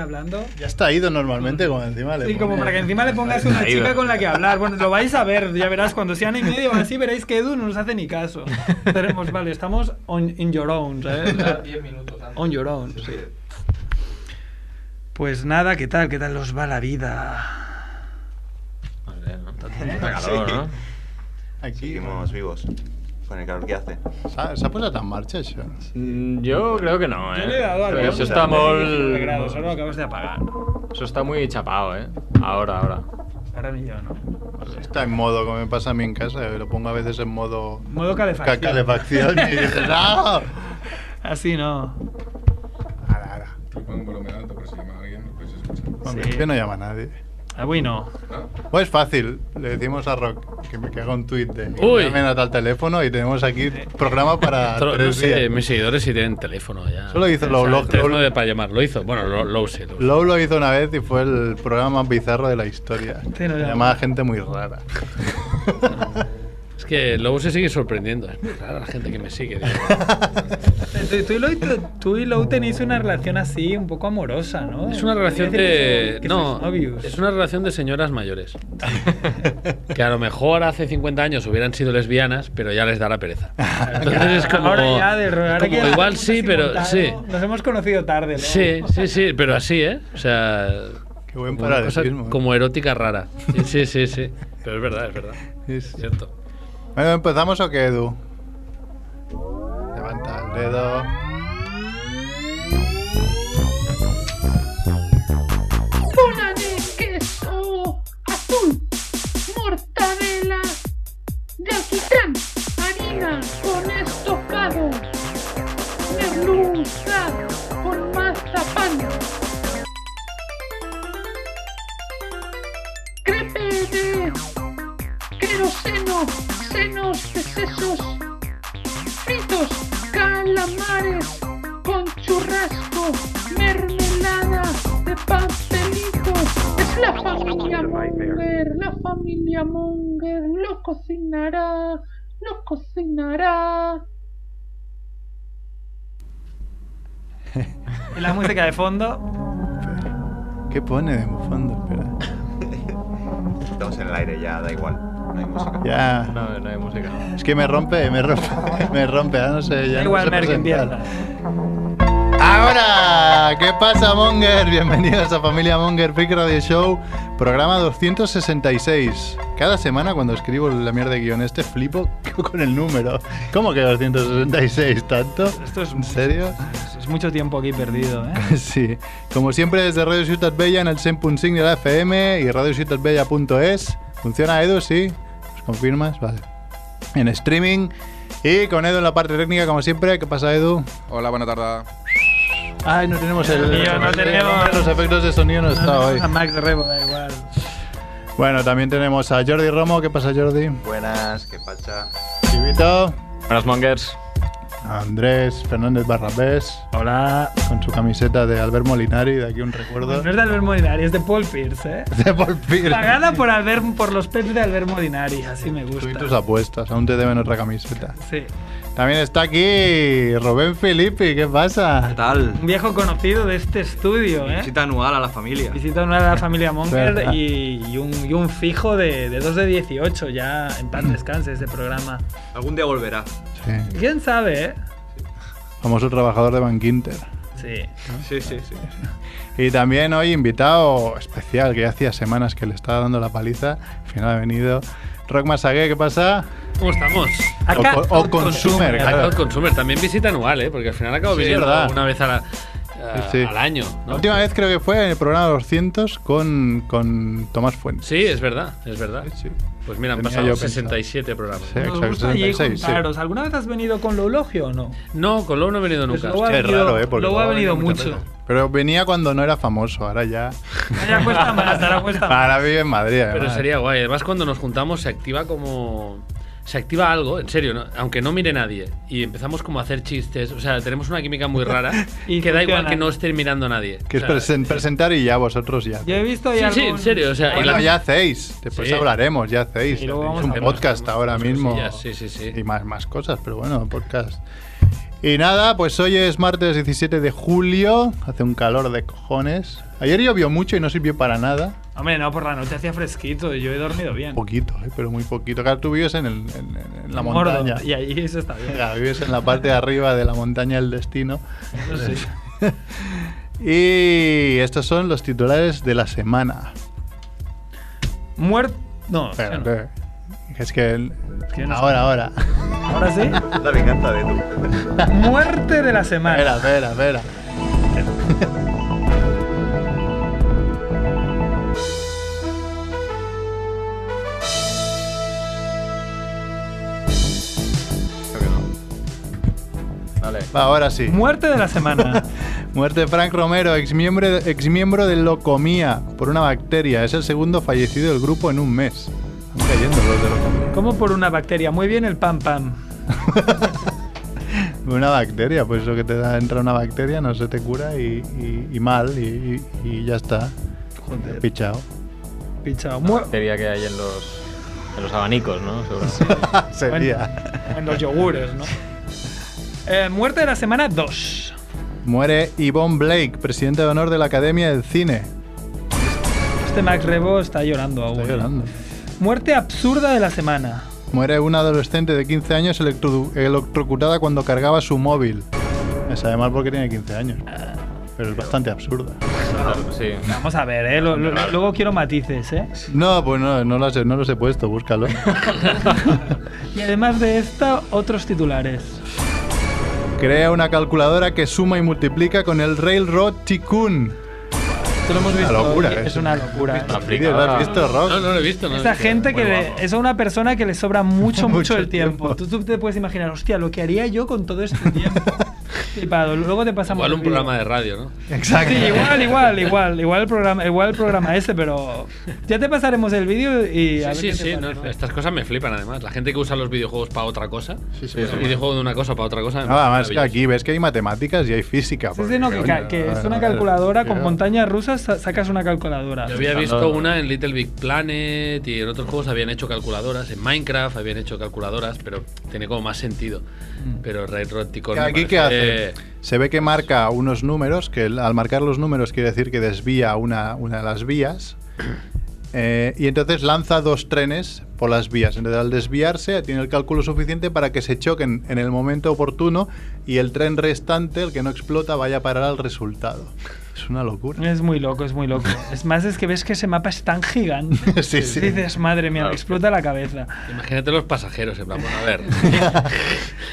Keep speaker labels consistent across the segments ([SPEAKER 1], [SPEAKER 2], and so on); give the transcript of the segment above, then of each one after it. [SPEAKER 1] hablando.
[SPEAKER 2] Ya está ido normalmente, como encima le
[SPEAKER 1] Y como
[SPEAKER 2] pone-
[SPEAKER 1] para que encima le pongas una
[SPEAKER 3] Traído.
[SPEAKER 1] chica con la que hablar. Bueno, lo vais a ver, ya verás, cuando sean y medio así veréis que Edu no nos hace ni caso. Tenemos, vale, estamos on in your own, ¿sabes? O sea,
[SPEAKER 4] 10 minutos antes.
[SPEAKER 1] On your own, sí. Pues nada, ¿qué tal? ¿Qué tal os va la vida?
[SPEAKER 3] No sé, ¿no? Está haciendo calor,
[SPEAKER 5] Sí.
[SPEAKER 3] ¿no?
[SPEAKER 2] Aquí
[SPEAKER 5] Seguimos vivos con el calor que hace.
[SPEAKER 2] ¿S'ha s'ha posat en marxa, això?
[SPEAKER 3] Mm, Yo creo que no, ¿eh?
[SPEAKER 1] Yo le he dado al
[SPEAKER 3] Pero eso
[SPEAKER 1] botón
[SPEAKER 3] está
[SPEAKER 1] de 19
[SPEAKER 3] muy...
[SPEAKER 1] grados, ahora lo acabas de apagar.
[SPEAKER 3] Eso está muy chapado, ¿eh? Ahora, ahora.
[SPEAKER 1] Ahora ni yo, ¿no?
[SPEAKER 2] Está en modo, como me pasa a mí en casa, lo pongo a veces en modo...
[SPEAKER 1] Modo calefacción.
[SPEAKER 2] ca- calefacción y dices, ¡ah!
[SPEAKER 1] Así no.
[SPEAKER 2] Ara, ara.
[SPEAKER 6] Lo pongo en volumen alto por si llama alguien, lo podéis escuchar.
[SPEAKER 2] Bueno,
[SPEAKER 1] Sí.
[SPEAKER 2] que no llama nadie.
[SPEAKER 1] Avui no.
[SPEAKER 6] ¿No?
[SPEAKER 2] Pues es fácil, le decimos a Rock que me que haga un tweet de que
[SPEAKER 7] Uy.
[SPEAKER 2] llamen a tal teléfono y tenemos aquí programa para
[SPEAKER 7] Tro- no
[SPEAKER 2] tres
[SPEAKER 7] sé,
[SPEAKER 2] días.
[SPEAKER 7] mis seguidores sí tienen teléfono ya.
[SPEAKER 2] Ah, Solo hizo lo-
[SPEAKER 7] el
[SPEAKER 2] lo-
[SPEAKER 7] teléfono
[SPEAKER 2] lo-
[SPEAKER 7] de para llamar, lo hizo. Bueno, lo, lo usé. lo usé.
[SPEAKER 2] Low lo hizo una vez y fue el programa más bizarro de la historia.
[SPEAKER 1] Sí, Este no, ya.
[SPEAKER 2] Llamaba a gente muy rara.
[SPEAKER 7] Es que lo se sigue sorprendiendo. Es muy rara la gente que me sigue. digo.
[SPEAKER 1] Tú, tú y Lou, tú, tú y Lou tenéis una relación así, un poco amorosa, ¿no?
[SPEAKER 7] Es una relación
[SPEAKER 1] Dicen que sois-
[SPEAKER 7] de.
[SPEAKER 1] que sois
[SPEAKER 7] No,
[SPEAKER 1] novios.
[SPEAKER 7] es una relación de señoras mayores. Que a lo mejor hace 50 años hubieran sido lesbianas, pero ya les da la pereza. Entonces es como.
[SPEAKER 1] Ahora ya, de rogar
[SPEAKER 7] como
[SPEAKER 1] que-
[SPEAKER 7] igual sí, pero
[SPEAKER 1] Montano,
[SPEAKER 7] sí.
[SPEAKER 1] Nos hemos conocido tarde, ¿no?
[SPEAKER 7] Sí, sí, sí, pero así, ¿eh? O sea.
[SPEAKER 2] Qué buen
[SPEAKER 7] como una cosa
[SPEAKER 2] paralelismo.
[SPEAKER 7] como erótica rara. Sí, sí, sí, sí. Pero es verdad, es verdad.
[SPEAKER 2] Sí, sí.
[SPEAKER 7] Cierto.
[SPEAKER 2] Bueno, ¿Eh, ¿empezamos o qué, Edu? Levanta el dedo.
[SPEAKER 8] Bola de queso azul, mortadela de alquitrán, harina con estofado, merluza con mazapán, crepe de queroseno, senos de sesos, fritos, calamares con churrasco, mermelada de pastelitos. Es la familia Munger, la familia Munger lo cocinará, lo cocinará.
[SPEAKER 1] Y la música de fondo.
[SPEAKER 2] ¿Qué pone de fondo? Espera.
[SPEAKER 5] Estamos en el aire ya, da igual. No hay música.
[SPEAKER 2] Ya.
[SPEAKER 3] No, no hay música.
[SPEAKER 2] Es que me rompe, me rompe, me rompe. ahora no sé,
[SPEAKER 1] Da
[SPEAKER 2] ya no
[SPEAKER 1] igual,
[SPEAKER 2] sé
[SPEAKER 1] Mer, que
[SPEAKER 2] presentar.
[SPEAKER 1] empieza.
[SPEAKER 2] Ahora, ¿qué pasa, Monger? Bienvenidos a Familia Monger Freak Radio Show, programa 266. Cada semana cuando escribo la mierda de guión este flipo con el número. ¿Cómo que 266 tanto?
[SPEAKER 1] Esto es,
[SPEAKER 2] ¿En serio?
[SPEAKER 1] es mucho tiempo aquí perdido, ¿eh?
[SPEAKER 2] Sí. Como siempre desde Radio Ciutat Bella en el 100.5 de la FM y radiociutatbella.es. ¿Funciona Edu? Sí. ¿Nos confirmas? Vale. En streaming y con Edu en la parte técnica como siempre. ¿Qué pasa Edu?
[SPEAKER 6] Hola, buena tarde.
[SPEAKER 2] Ay, no tenemos el.
[SPEAKER 1] Sonido, no tenemos.
[SPEAKER 2] Los efectos de sonido no está hoy.
[SPEAKER 1] A Max Rebo, da igual.
[SPEAKER 2] Bueno, también tenemos a Jordi Romo. ¿Qué pasa, Jordi?
[SPEAKER 5] Buenas, qué pacha.
[SPEAKER 2] Chivito.
[SPEAKER 3] Buenas mongers.
[SPEAKER 2] A Andrés Fernández Barrabés.
[SPEAKER 1] Hola.
[SPEAKER 2] Con su camiseta de Albert Molinari, de aquí un recuerdo.
[SPEAKER 1] Pues No es de Albert Molinari, es de Paul Pierce, ¿eh?
[SPEAKER 2] De Paul Pierce.
[SPEAKER 1] Pagada por, Albert, por los peps de Albert Molinari, así me
[SPEAKER 2] Tú
[SPEAKER 1] gusta.
[SPEAKER 2] y tus apuestas, aún te deben otra camiseta.
[SPEAKER 1] Sí.
[SPEAKER 2] También está aquí Rubén Filippi, ¿qué
[SPEAKER 4] ¿Qué
[SPEAKER 2] pasa?
[SPEAKER 4] tal?
[SPEAKER 1] Un viejo conocido de este estudio, ¿eh?
[SPEAKER 4] Visita anual a la familia.
[SPEAKER 1] Visita una de la familia Monger
[SPEAKER 2] Verdad.
[SPEAKER 1] y, y un, y un fijo de, de 2 de 18, ya en
[SPEAKER 2] Mm.
[SPEAKER 1] paz descanse ese programa.
[SPEAKER 4] Algún día volverá.
[SPEAKER 2] Sí,
[SPEAKER 1] ¿Quién sabe, eh?
[SPEAKER 2] famoso trabajador de Bank Inter.
[SPEAKER 1] Sí.
[SPEAKER 4] Sí, sí, sí.
[SPEAKER 2] Y también hoy invitado especial, que ya hacía semanas que le estaba dando la paliza, al final ha venido. Rock Masague, ¿qué pasa?
[SPEAKER 7] ¿Cómo estamos?
[SPEAKER 2] O- o
[SPEAKER 1] Outconsumer,
[SPEAKER 2] consumer,
[SPEAKER 1] ¿verdad?
[SPEAKER 2] Claro.
[SPEAKER 7] Cloud Consumer también visita anual, ¿eh? porque al final acabo
[SPEAKER 2] Sí,
[SPEAKER 7] viniendo
[SPEAKER 2] verdad.
[SPEAKER 7] una vez a la- a-
[SPEAKER 2] Sí.
[SPEAKER 7] al año. ¿no?
[SPEAKER 2] La última vez creo que fue en el programa 200 con, con Tomás Fuentes.
[SPEAKER 7] Sí, es verdad, es verdad. Pues mira, han
[SPEAKER 2] Tenía
[SPEAKER 7] pasado
[SPEAKER 2] yo pensado.
[SPEAKER 7] 67 programas.
[SPEAKER 2] Sí,
[SPEAKER 1] Nos
[SPEAKER 2] exacto,
[SPEAKER 1] gusta allí
[SPEAKER 2] 66, sí.
[SPEAKER 1] juntaros. ¿Alguna vez has venido con Loulogio o no?
[SPEAKER 7] No, con Lowe no he venido
[SPEAKER 1] Pues
[SPEAKER 7] nunca.
[SPEAKER 1] Lowe ha
[SPEAKER 2] Hostia, es
[SPEAKER 1] venido-
[SPEAKER 2] raro, ¿eh? Porque
[SPEAKER 1] Lowe ha
[SPEAKER 2] Lowe ha
[SPEAKER 1] venido
[SPEAKER 2] venido
[SPEAKER 1] mucho.
[SPEAKER 2] Pero venía cuando no era famoso, ahora ya.
[SPEAKER 1] Ahora cuesta más, ahora cuesta más.
[SPEAKER 2] Ahora vive en Madrid.
[SPEAKER 7] Pero
[SPEAKER 2] además.
[SPEAKER 7] sería guay. Además, cuando nos juntamos se activa como. Se activa algo, en serio, ¿no? aunque no mire nadie. Y empezamos como a hacer chistes. O sea, tenemos una química muy rara
[SPEAKER 1] Y
[SPEAKER 7] que da igual
[SPEAKER 1] funciona.
[SPEAKER 7] que no esté mirando a nadie.
[SPEAKER 2] Que es
[SPEAKER 7] O sea,
[SPEAKER 2] presen- presentar y ya vosotros ya.
[SPEAKER 1] Yo he visto ahí
[SPEAKER 7] Sí, sí,
[SPEAKER 1] algún-
[SPEAKER 7] en serio. O sea, y
[SPEAKER 2] Bueno,
[SPEAKER 7] la-
[SPEAKER 2] ya hacéis, después
[SPEAKER 7] Sí.
[SPEAKER 2] hablaremos, ya hacéis.
[SPEAKER 1] Y luego
[SPEAKER 2] Hacéis
[SPEAKER 1] vamos
[SPEAKER 2] un
[SPEAKER 1] a-
[SPEAKER 2] podcast ahora
[SPEAKER 7] Unas
[SPEAKER 2] mismo.
[SPEAKER 7] cosillas, sí, sí, sí.
[SPEAKER 2] Y más, más cosas, pero bueno, podcast. Y nada, pues hoy es martes 17 de julio, hace un calor de cojones. Ayer llovió mucho y no sirvió para nada.
[SPEAKER 1] Hombre, no, por la noche hacía fresquito y yo he dormido bien.
[SPEAKER 2] Poquito, eh, pero muy poquito. Claro, tú vives en, el- en- en- en la
[SPEAKER 1] Mordo,
[SPEAKER 2] montaña.
[SPEAKER 1] Y ahí eso está bien.
[SPEAKER 2] Claro, vives en la parte de arriba de la montaña del destino.
[SPEAKER 1] Eso sí.
[SPEAKER 2] Y estos son los titulares de la semana.
[SPEAKER 1] Muerto. No, ya no.
[SPEAKER 2] Espérate. Es que... el-
[SPEAKER 1] Es que yo no sé.
[SPEAKER 2] ahora, ahora.
[SPEAKER 1] Ahora sí.
[SPEAKER 5] La venganza de tú.
[SPEAKER 1] Muerte de la
[SPEAKER 2] Espera,
[SPEAKER 1] semana.
[SPEAKER 2] espera, espera.
[SPEAKER 6] Creo que no.
[SPEAKER 3] Vale.
[SPEAKER 2] Va, ahora sí.
[SPEAKER 1] Muerte de la semana.
[SPEAKER 2] Muerte de Frank Romero, exmiembro exmiembro de Locomía por una bacteria. Es el segundo fallecido del grupo en un mes. Están cayendo los de Locomía.
[SPEAKER 1] Como por una bacteria. Muy bien el pam pam.
[SPEAKER 2] Una bacteria, pues lo que te da entra una bacteria, no se te cura y, y- y mal, y, y- y ya está. Pichado.
[SPEAKER 1] Pichao.
[SPEAKER 3] La
[SPEAKER 1] Muer-
[SPEAKER 3] bacteria que hay en los, en los abanicos, ¿no? Seguro.
[SPEAKER 2] Sería.
[SPEAKER 1] En, en los yogures, ¿no? Eh, muerte de la semana 2.
[SPEAKER 2] Muere Yvonne Blake, presidente de honor de la Academia del Cine.
[SPEAKER 1] Este Max Rebo está llorando aún. ¿eh?
[SPEAKER 2] Estoy llorando.
[SPEAKER 1] Muerte absurda de la semana.
[SPEAKER 2] Muere una adolescente de 15 años electro- electrocutada cuando cargaba su móvil. Me sabe mal porque tiene 15 años. Pero es bastante absurda.
[SPEAKER 3] Sí.
[SPEAKER 1] Vamos a ver, ¿eh? Lo- lo- luego quiero matices, ¿eh?
[SPEAKER 2] No, pues no, no los, he, no los he puesto, búscalo.
[SPEAKER 1] Y además de esta, otros titulares.
[SPEAKER 2] Crea una calculadora que suma y multiplica con el Railroad Tycoon.
[SPEAKER 1] Esto lo hemos
[SPEAKER 2] Una
[SPEAKER 1] visto.
[SPEAKER 2] locura,
[SPEAKER 1] hoy,
[SPEAKER 2] ¿eh?
[SPEAKER 1] Es una locura. ¿eh?
[SPEAKER 2] Sí,
[SPEAKER 3] Una
[SPEAKER 2] ¿Lo
[SPEAKER 3] fricada.
[SPEAKER 2] has visto, Rob?
[SPEAKER 7] No, no lo he visto. No lo he
[SPEAKER 1] Esta
[SPEAKER 7] visto.
[SPEAKER 1] gente que
[SPEAKER 7] Muy
[SPEAKER 1] le-
[SPEAKER 7] guapo.
[SPEAKER 1] es una persona que le sobra mucho,
[SPEAKER 2] Mucho
[SPEAKER 1] mucho el tiempo.
[SPEAKER 2] tiempo.
[SPEAKER 1] Tú, tú te puedes imaginar, hostia, lo que haría yo con todo este tiempo. Flipado. Luego te pasamos.
[SPEAKER 7] Igual
[SPEAKER 1] el
[SPEAKER 7] un
[SPEAKER 1] vídeo.
[SPEAKER 7] programa de radio, ¿no?
[SPEAKER 2] Exacto.
[SPEAKER 1] Sí, igual, igual, igual, igual el programa, igual el programa este, pero ya te pasaremos el vídeo y a ver
[SPEAKER 7] Sí, sí,
[SPEAKER 1] qué te
[SPEAKER 7] sí. no, pues,
[SPEAKER 1] parece.
[SPEAKER 7] no, estas cosas me flipan además. La gente que usa los videojuegos para otra cosa.
[SPEAKER 2] Sí, sí,
[SPEAKER 7] el
[SPEAKER 2] sí.
[SPEAKER 7] videojuego de una cosa para otra cosa. me
[SPEAKER 2] Nada
[SPEAKER 7] parece
[SPEAKER 2] más que
[SPEAKER 7] maravilloso.
[SPEAKER 2] aquí ves que hay matemáticas y hay física.
[SPEAKER 1] Sí,
[SPEAKER 2] porque,
[SPEAKER 1] sí, no, que,
[SPEAKER 2] coño,
[SPEAKER 1] ca- que es
[SPEAKER 2] no,
[SPEAKER 1] una
[SPEAKER 2] no,
[SPEAKER 1] calculadora con
[SPEAKER 2] no.
[SPEAKER 1] montañas rusas, sa- sacas una calculadora.
[SPEAKER 7] Yo había
[SPEAKER 3] Pensando-
[SPEAKER 7] visto una en Little Big Planet y en otros juegos habían hecho calculadoras. En Minecraft habían hecho calculadoras, pero tiene como más sentido. Pero Railroad Tycoon.
[SPEAKER 2] ¿Que
[SPEAKER 7] me
[SPEAKER 2] aquí qué
[SPEAKER 7] parece-
[SPEAKER 2] hace? Se ve que marca unos números, que el- al marcar los números quiere decir que desvía una, una de las vías. eh, y entonces lanza dos trenes por las vías. Entonces al desviarse tiene el cálculo suficiente para que se choquen en el momento oportuno y el tren restante, el que no explota, vaya a parar al resultado. Es una locura.
[SPEAKER 1] Es muy loco, es muy loco. Es más, es que ves que ese mapa es tan gigante.
[SPEAKER 2] Sí, sí.
[SPEAKER 1] Dices, madre mía, me
[SPEAKER 3] Claro.
[SPEAKER 1] explota la cabeza.
[SPEAKER 7] Imagínate los pasajeros, en plan, bueno, a ver.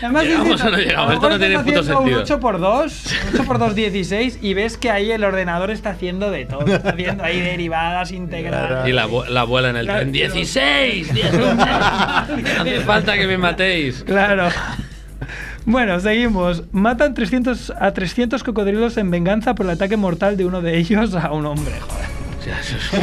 [SPEAKER 1] Además,
[SPEAKER 7] Llegamos
[SPEAKER 1] dices,
[SPEAKER 7] o no llegamos,
[SPEAKER 1] a lo
[SPEAKER 7] esto no
[SPEAKER 1] mejor
[SPEAKER 7] tiene
[SPEAKER 1] estás
[SPEAKER 7] puto
[SPEAKER 1] haciendo Un 8x2, 8x2, 16, y ves que ahí el ordenador está haciendo de todo. Está haciendo ahí derivadas, integrales.
[SPEAKER 7] Y la, abue- la abuela en el
[SPEAKER 1] Claro.
[SPEAKER 7] tren. ¡16! ¡16! No hace falta que me matéis.
[SPEAKER 1] Claro. Bueno, seguimos. Matan 300 a 300 cocodrilos en venganza por el ataque mortal de uno de ellos a un hombre. Joder.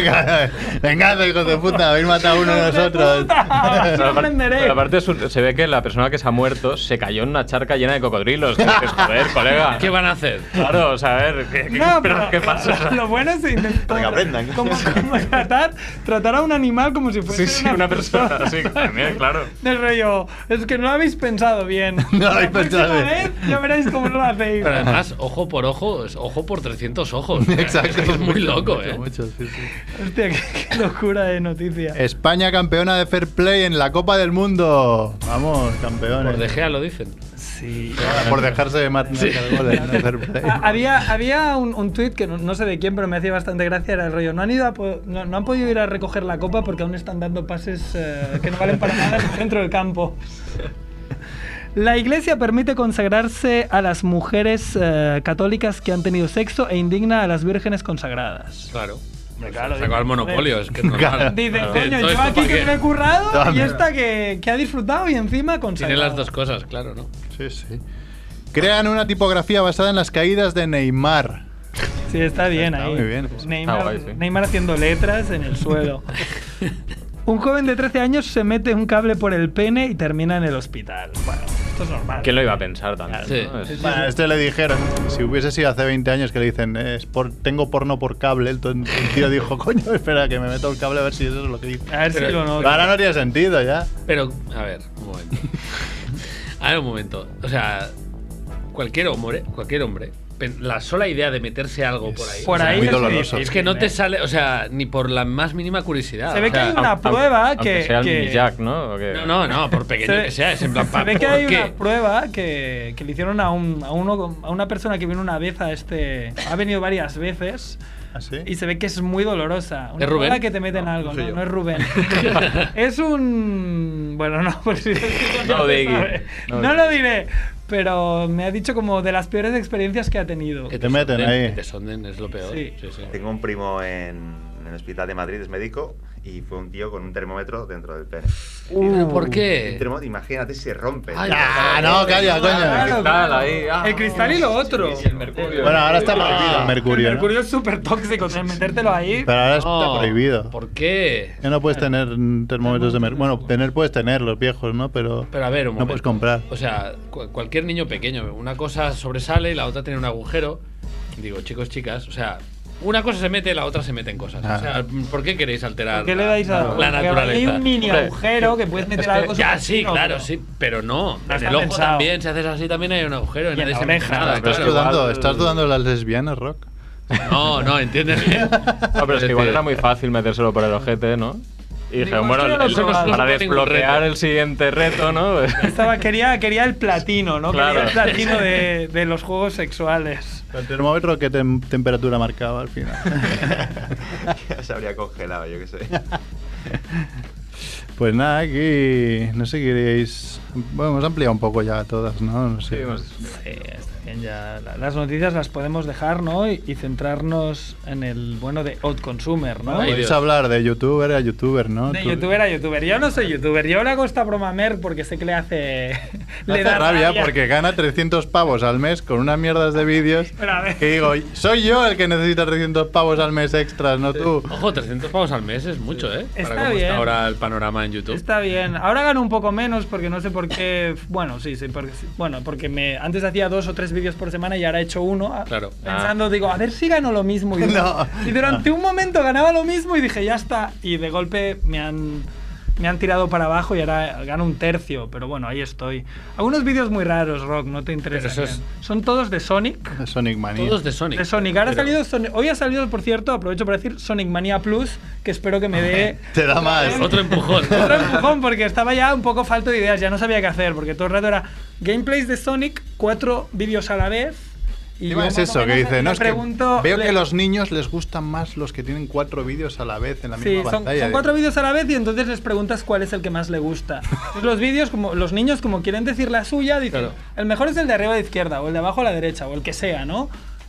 [SPEAKER 2] Venga, hijos de puta, habéis matado a uno de nosotros.
[SPEAKER 1] ¡Puta!
[SPEAKER 3] Pero
[SPEAKER 1] ¡No
[SPEAKER 3] aparte-
[SPEAKER 1] aprenderé!
[SPEAKER 3] pero aparte su- se ve que la persona que se ha muerto se cayó en una charca llena de cocodrilos. Que dices, Joder, colega.
[SPEAKER 7] ¿Qué van a hacer?
[SPEAKER 3] Claro, o sea, a ver, ¿qué, qué
[SPEAKER 1] No,
[SPEAKER 3] esperas
[SPEAKER 1] pero
[SPEAKER 3] que pase? O sea,
[SPEAKER 1] Lo bueno es intentar.
[SPEAKER 5] Para que aprendan.
[SPEAKER 1] Como, como tratar, tratar a un animal como si fuese
[SPEAKER 3] Sí, sí, una persona, sí, también, claro.
[SPEAKER 1] Del rollo, es que no lo habéis pensado bien.
[SPEAKER 2] No lo habéis
[SPEAKER 1] La próxima
[SPEAKER 2] pensado bien.
[SPEAKER 1] vez Ya veréis cómo lo hacéis.
[SPEAKER 7] Pero además, ojo por ojo, es ojo por 300 ojos.
[SPEAKER 2] Exacto.
[SPEAKER 7] Es muy loco, ¿eh?
[SPEAKER 2] Mucho, sí, sí.
[SPEAKER 1] Hostia, qué, qué locura de noticia.
[SPEAKER 2] España campeona de fair play en la Copa del Mundo. Vamos, campeones.
[SPEAKER 7] Por De Gea lo dicen.
[SPEAKER 1] Sí.
[SPEAKER 2] Por dejarse de matar goles, no fair play.
[SPEAKER 1] Ha- Ah, Había, había un, un tuit que no, no sé de quién, pero me hacía bastante gracia, era el rollo, no han, ido a po- no, no han podido ir a recoger la copa porque aún están dando pases eh, que no valen para nada en el centro del campo. La iglesia permite consagrarse a las mujeres eh, católicas que han tenido sexo e indigna a las vírgenes consagradas.
[SPEAKER 7] Claro.
[SPEAKER 1] claro,
[SPEAKER 7] Sacó al
[SPEAKER 1] dice,
[SPEAKER 7] monopolio,
[SPEAKER 1] joder.
[SPEAKER 7] es que es normal.
[SPEAKER 2] Claro.
[SPEAKER 1] Dice,
[SPEAKER 7] Claro.
[SPEAKER 1] coño,
[SPEAKER 7] Todo
[SPEAKER 1] yo
[SPEAKER 7] esto
[SPEAKER 1] aquí
[SPEAKER 7] pa'
[SPEAKER 1] que
[SPEAKER 7] qué".
[SPEAKER 1] me he currado y
[SPEAKER 2] Dame.
[SPEAKER 1] esta que, que ha disfrutado y encima consagrada.
[SPEAKER 7] Tiene las dos cosas, claro, ¿no?
[SPEAKER 2] Sí, sí. Crean una tipografía basada en las caídas de Neymar.
[SPEAKER 1] Sí, está bien
[SPEAKER 2] Está
[SPEAKER 1] ahí.
[SPEAKER 2] muy bien, pues.
[SPEAKER 1] Neymar,
[SPEAKER 3] Está guay, sí.
[SPEAKER 1] Neymar haciendo letras en el suelo. un joven de 13 años se mete un cable por el pene y termina en el hospital. Bueno, esto es normal.
[SPEAKER 3] ¿Quién lo iba a pensar también?
[SPEAKER 7] Sí.
[SPEAKER 3] ¿no? Es-
[SPEAKER 2] Bueno, a este le dijeron, si hubiese sido hace 20 años que le dicen, eh, es por- tengo porno por cable, el, to- el tío dijo, coño, espera que me meto el cable a ver si eso es lo que dice.
[SPEAKER 1] A ver si
[SPEAKER 7] Pero-
[SPEAKER 1] lo
[SPEAKER 2] Pero
[SPEAKER 1] noto.
[SPEAKER 2] ahora no tiene sentido ya.
[SPEAKER 7] Pero, a ver, un momento. A ver, un momento. O sea, cualquier hombre, cualquier hombre, pen- la sola idea de meterse algo por ahí.
[SPEAKER 1] Por
[SPEAKER 7] o sea,
[SPEAKER 1] ahí
[SPEAKER 2] muy
[SPEAKER 1] es
[SPEAKER 2] doloroso.
[SPEAKER 1] difícil,
[SPEAKER 7] Es que no te
[SPEAKER 1] ¿eh?
[SPEAKER 7] sale, o sea, ni por la más mínima curiosidad.
[SPEAKER 1] Se
[SPEAKER 7] o
[SPEAKER 1] ve que
[SPEAKER 7] sea,
[SPEAKER 1] hay una
[SPEAKER 3] Aunque-
[SPEAKER 1] prueba
[SPEAKER 3] aunque
[SPEAKER 1] que.
[SPEAKER 3] sea el
[SPEAKER 1] que-
[SPEAKER 3] Millac, ¿no? ¿O qué?
[SPEAKER 7] No, no, no, por pequeño
[SPEAKER 1] Se-
[SPEAKER 7] que sea, es en plan
[SPEAKER 1] Se
[SPEAKER 7] ¿pa-
[SPEAKER 1] ve que
[SPEAKER 7] por
[SPEAKER 1] hay
[SPEAKER 7] qué?
[SPEAKER 1] una prueba que, que le hicieron a, un, a, uno, con- a una persona que vino una vez a este. Ha venido varias veces
[SPEAKER 2] ¿Ah,
[SPEAKER 1] y se ve que es muy dolorosa. Una
[SPEAKER 7] ¿Es Rubén?
[SPEAKER 1] prueba que te meten
[SPEAKER 7] No,
[SPEAKER 1] algo,
[SPEAKER 7] soy
[SPEAKER 1] no,
[SPEAKER 7] yo.
[SPEAKER 1] no es Rubén. es un. Bueno, no, pues sí.
[SPEAKER 3] No
[SPEAKER 1] se
[SPEAKER 3] lo digas.
[SPEAKER 1] sabe.
[SPEAKER 3] No
[SPEAKER 1] No
[SPEAKER 3] lo
[SPEAKER 1] lo diré, pero me ha dicho como de las peores experiencias que ha tenido.
[SPEAKER 7] Que
[SPEAKER 2] Te meten
[SPEAKER 7] sonden,
[SPEAKER 2] ahí.
[SPEAKER 7] que te sonden es lo peor.
[SPEAKER 1] Sí.
[SPEAKER 7] Sí, sí.
[SPEAKER 5] Tengo un primo en, en el hospital de Madrid, es médico, y fue un tío con un termómetro dentro del pene.
[SPEAKER 7] Pero, Uh, ¿Por
[SPEAKER 5] Un
[SPEAKER 7] qué?
[SPEAKER 5] termómetro, imagínate si se rompe.
[SPEAKER 7] Eh. Ay,
[SPEAKER 2] Ah, no, calla, coño.
[SPEAKER 1] Claro,
[SPEAKER 3] Cristal
[SPEAKER 1] claro.
[SPEAKER 3] ahí, ah.
[SPEAKER 1] El cristal y lo otro.
[SPEAKER 3] Y el mercurio.
[SPEAKER 2] Bueno, ahora está prohibido.
[SPEAKER 1] El
[SPEAKER 2] Mercurio. ¿no?
[SPEAKER 1] mercurio es súper tóxico, o sea, metértelo ahí.
[SPEAKER 2] Pero ahora está
[SPEAKER 7] No,
[SPEAKER 2] prohibido.
[SPEAKER 7] ¿Por qué?
[SPEAKER 2] Ya no puedes tener mm, termómetros de mercurio. Bueno, tener puedes tener los viejos, ¿no? Pero,
[SPEAKER 7] Pero a ver, un
[SPEAKER 2] no puedes
[SPEAKER 7] momento.
[SPEAKER 2] comprar.
[SPEAKER 7] O sea, cu- cualquier niño pequeño, una cosa sobresale y la otra tiene un agujero. Digo, chicos, chicas, o sea, una cosa se mete, la otra se mete en cosas.
[SPEAKER 2] Ah.
[SPEAKER 7] O sea, ¿por qué queréis alterar
[SPEAKER 1] ¿Por qué le
[SPEAKER 7] la-
[SPEAKER 1] dais a
[SPEAKER 7] la, naturaleza?
[SPEAKER 1] Hay un mini
[SPEAKER 3] Hombre,
[SPEAKER 1] agujero que puedes meter algo.
[SPEAKER 7] Ya,
[SPEAKER 1] súper
[SPEAKER 7] sí,
[SPEAKER 1] fino,
[SPEAKER 7] claro,
[SPEAKER 1] pero-
[SPEAKER 7] sí, pero
[SPEAKER 1] No
[SPEAKER 7] no. en
[SPEAKER 1] está
[SPEAKER 7] el ojo
[SPEAKER 1] pensado.
[SPEAKER 7] también, si haces así también hay un agujero. Y
[SPEAKER 1] Y en
[SPEAKER 7] nadie
[SPEAKER 1] la
[SPEAKER 7] se mete
[SPEAKER 1] oreja.
[SPEAKER 7] nada,
[SPEAKER 3] Pero es
[SPEAKER 2] ¿Estás
[SPEAKER 3] que
[SPEAKER 7] claro.
[SPEAKER 2] dudando,
[SPEAKER 3] igual-
[SPEAKER 2] ¿Estás dudando de las lesbianas, Rock?
[SPEAKER 7] No, no, entiendes bien.
[SPEAKER 3] No, Ah, pero es que igual
[SPEAKER 7] decir,
[SPEAKER 3] era muy fácil metérselo por el ojete, ¿no? Y
[SPEAKER 1] Digo,
[SPEAKER 3] dijeron, bueno,
[SPEAKER 1] esto ya lo
[SPEAKER 3] el-
[SPEAKER 1] he probado.
[SPEAKER 3] para
[SPEAKER 7] No tengo ningún
[SPEAKER 3] desbloquear
[SPEAKER 7] reto.
[SPEAKER 3] el siguiente reto, ¿no?
[SPEAKER 1] Estaba, quería, quería el platino, ¿no?
[SPEAKER 3] Claro.
[SPEAKER 1] Quería el platino de, de los juegos sexuales.
[SPEAKER 2] El termómetro, ¿qué tem- temperatura marcaba al final?
[SPEAKER 5] Ya se habría congelado, yo qué sé.
[SPEAKER 2] pues nada, aquí no sé queréis. Bueno, hemos ampliado un poco ya todas, ¿no? No sé.
[SPEAKER 1] Sí, está bien, ya la- las noticias las podemos dejar, ¿no? Y, y centrarnos en el bueno de Odd Consumer, ¿no?
[SPEAKER 7] Ay,
[SPEAKER 2] Podéis
[SPEAKER 7] Dios.
[SPEAKER 2] hablar de youtuber a youtuber, ¿no?
[SPEAKER 1] De
[SPEAKER 2] Tú-
[SPEAKER 1] youtuber a youtuber. Yo no soy youtuber. Yo le hago esta broma a Merck porque sé que le hace.
[SPEAKER 2] Me hace rabia, porque gana 300 pavos al mes con unas mierdas de vídeos.
[SPEAKER 1] Pero a ver.
[SPEAKER 2] Que digo, soy yo el que necesita 300 pavos al mes extras, no tú.
[SPEAKER 7] Ojo, 300 pavos al mes es mucho, ¿eh?
[SPEAKER 1] Está
[SPEAKER 7] Para cómo
[SPEAKER 1] bien.
[SPEAKER 7] está ahora el panorama en YouTube.
[SPEAKER 1] Está bien. Ahora gano un poco menos porque no sé por qué. Bueno, sí, sí. Porque, bueno, porque me, antes hacía dos o tres vídeos por semana y ahora he hecho uno. a-
[SPEAKER 7] Claro. Ah.
[SPEAKER 1] Pensando, digo, a ver si gano lo mismo. Y,
[SPEAKER 2] No.
[SPEAKER 1] y durante un momento ganaba lo mismo y dije, ya está. Y de golpe me han. Me han tirado para abajo y ahora gano un tercio, pero bueno, ahí estoy. Algunos vídeos muy raros, Rock, no te interesan.
[SPEAKER 7] Pero eso
[SPEAKER 1] Son todos de Sonic.
[SPEAKER 2] Sonic Mania.
[SPEAKER 7] Todos de Sonic.
[SPEAKER 1] De Sonic. Ahora ha
[SPEAKER 7] Pero-
[SPEAKER 1] salido Sonic- Hoy ha salido, por cierto, aprovecho para decir Sonic Mania Plus, que espero que me dé
[SPEAKER 2] Te da más.
[SPEAKER 7] Otro empujón.
[SPEAKER 1] otro empujón, porque estaba ya un poco falto de ideas, ya no sabía qué hacer, porque todo el rato era gameplays de Sonic, cuatro vídeos a la vez. Y
[SPEAKER 2] Encima
[SPEAKER 1] yo
[SPEAKER 2] es
[SPEAKER 1] más o
[SPEAKER 2] eso que
[SPEAKER 1] menos
[SPEAKER 2] dice,
[SPEAKER 1] le
[SPEAKER 2] no es que
[SPEAKER 1] pregunto-
[SPEAKER 2] veo
[SPEAKER 1] le-
[SPEAKER 2] que los niños les gustan más los que tienen cuatro vídeos a la vez en la
[SPEAKER 1] Sí,
[SPEAKER 2] misma
[SPEAKER 1] son,
[SPEAKER 2] pantalla.
[SPEAKER 1] son cuatro vídeos a la vez y entonces les preguntas cuál es el que más le gusta. Entonces, los vídeos, como los niños como quieren decir la suya, dicen,
[SPEAKER 7] Claro.
[SPEAKER 1] el mejor es el de arriba a la izquierda, o el de abajo a la derecha, o el que sea, ¿no?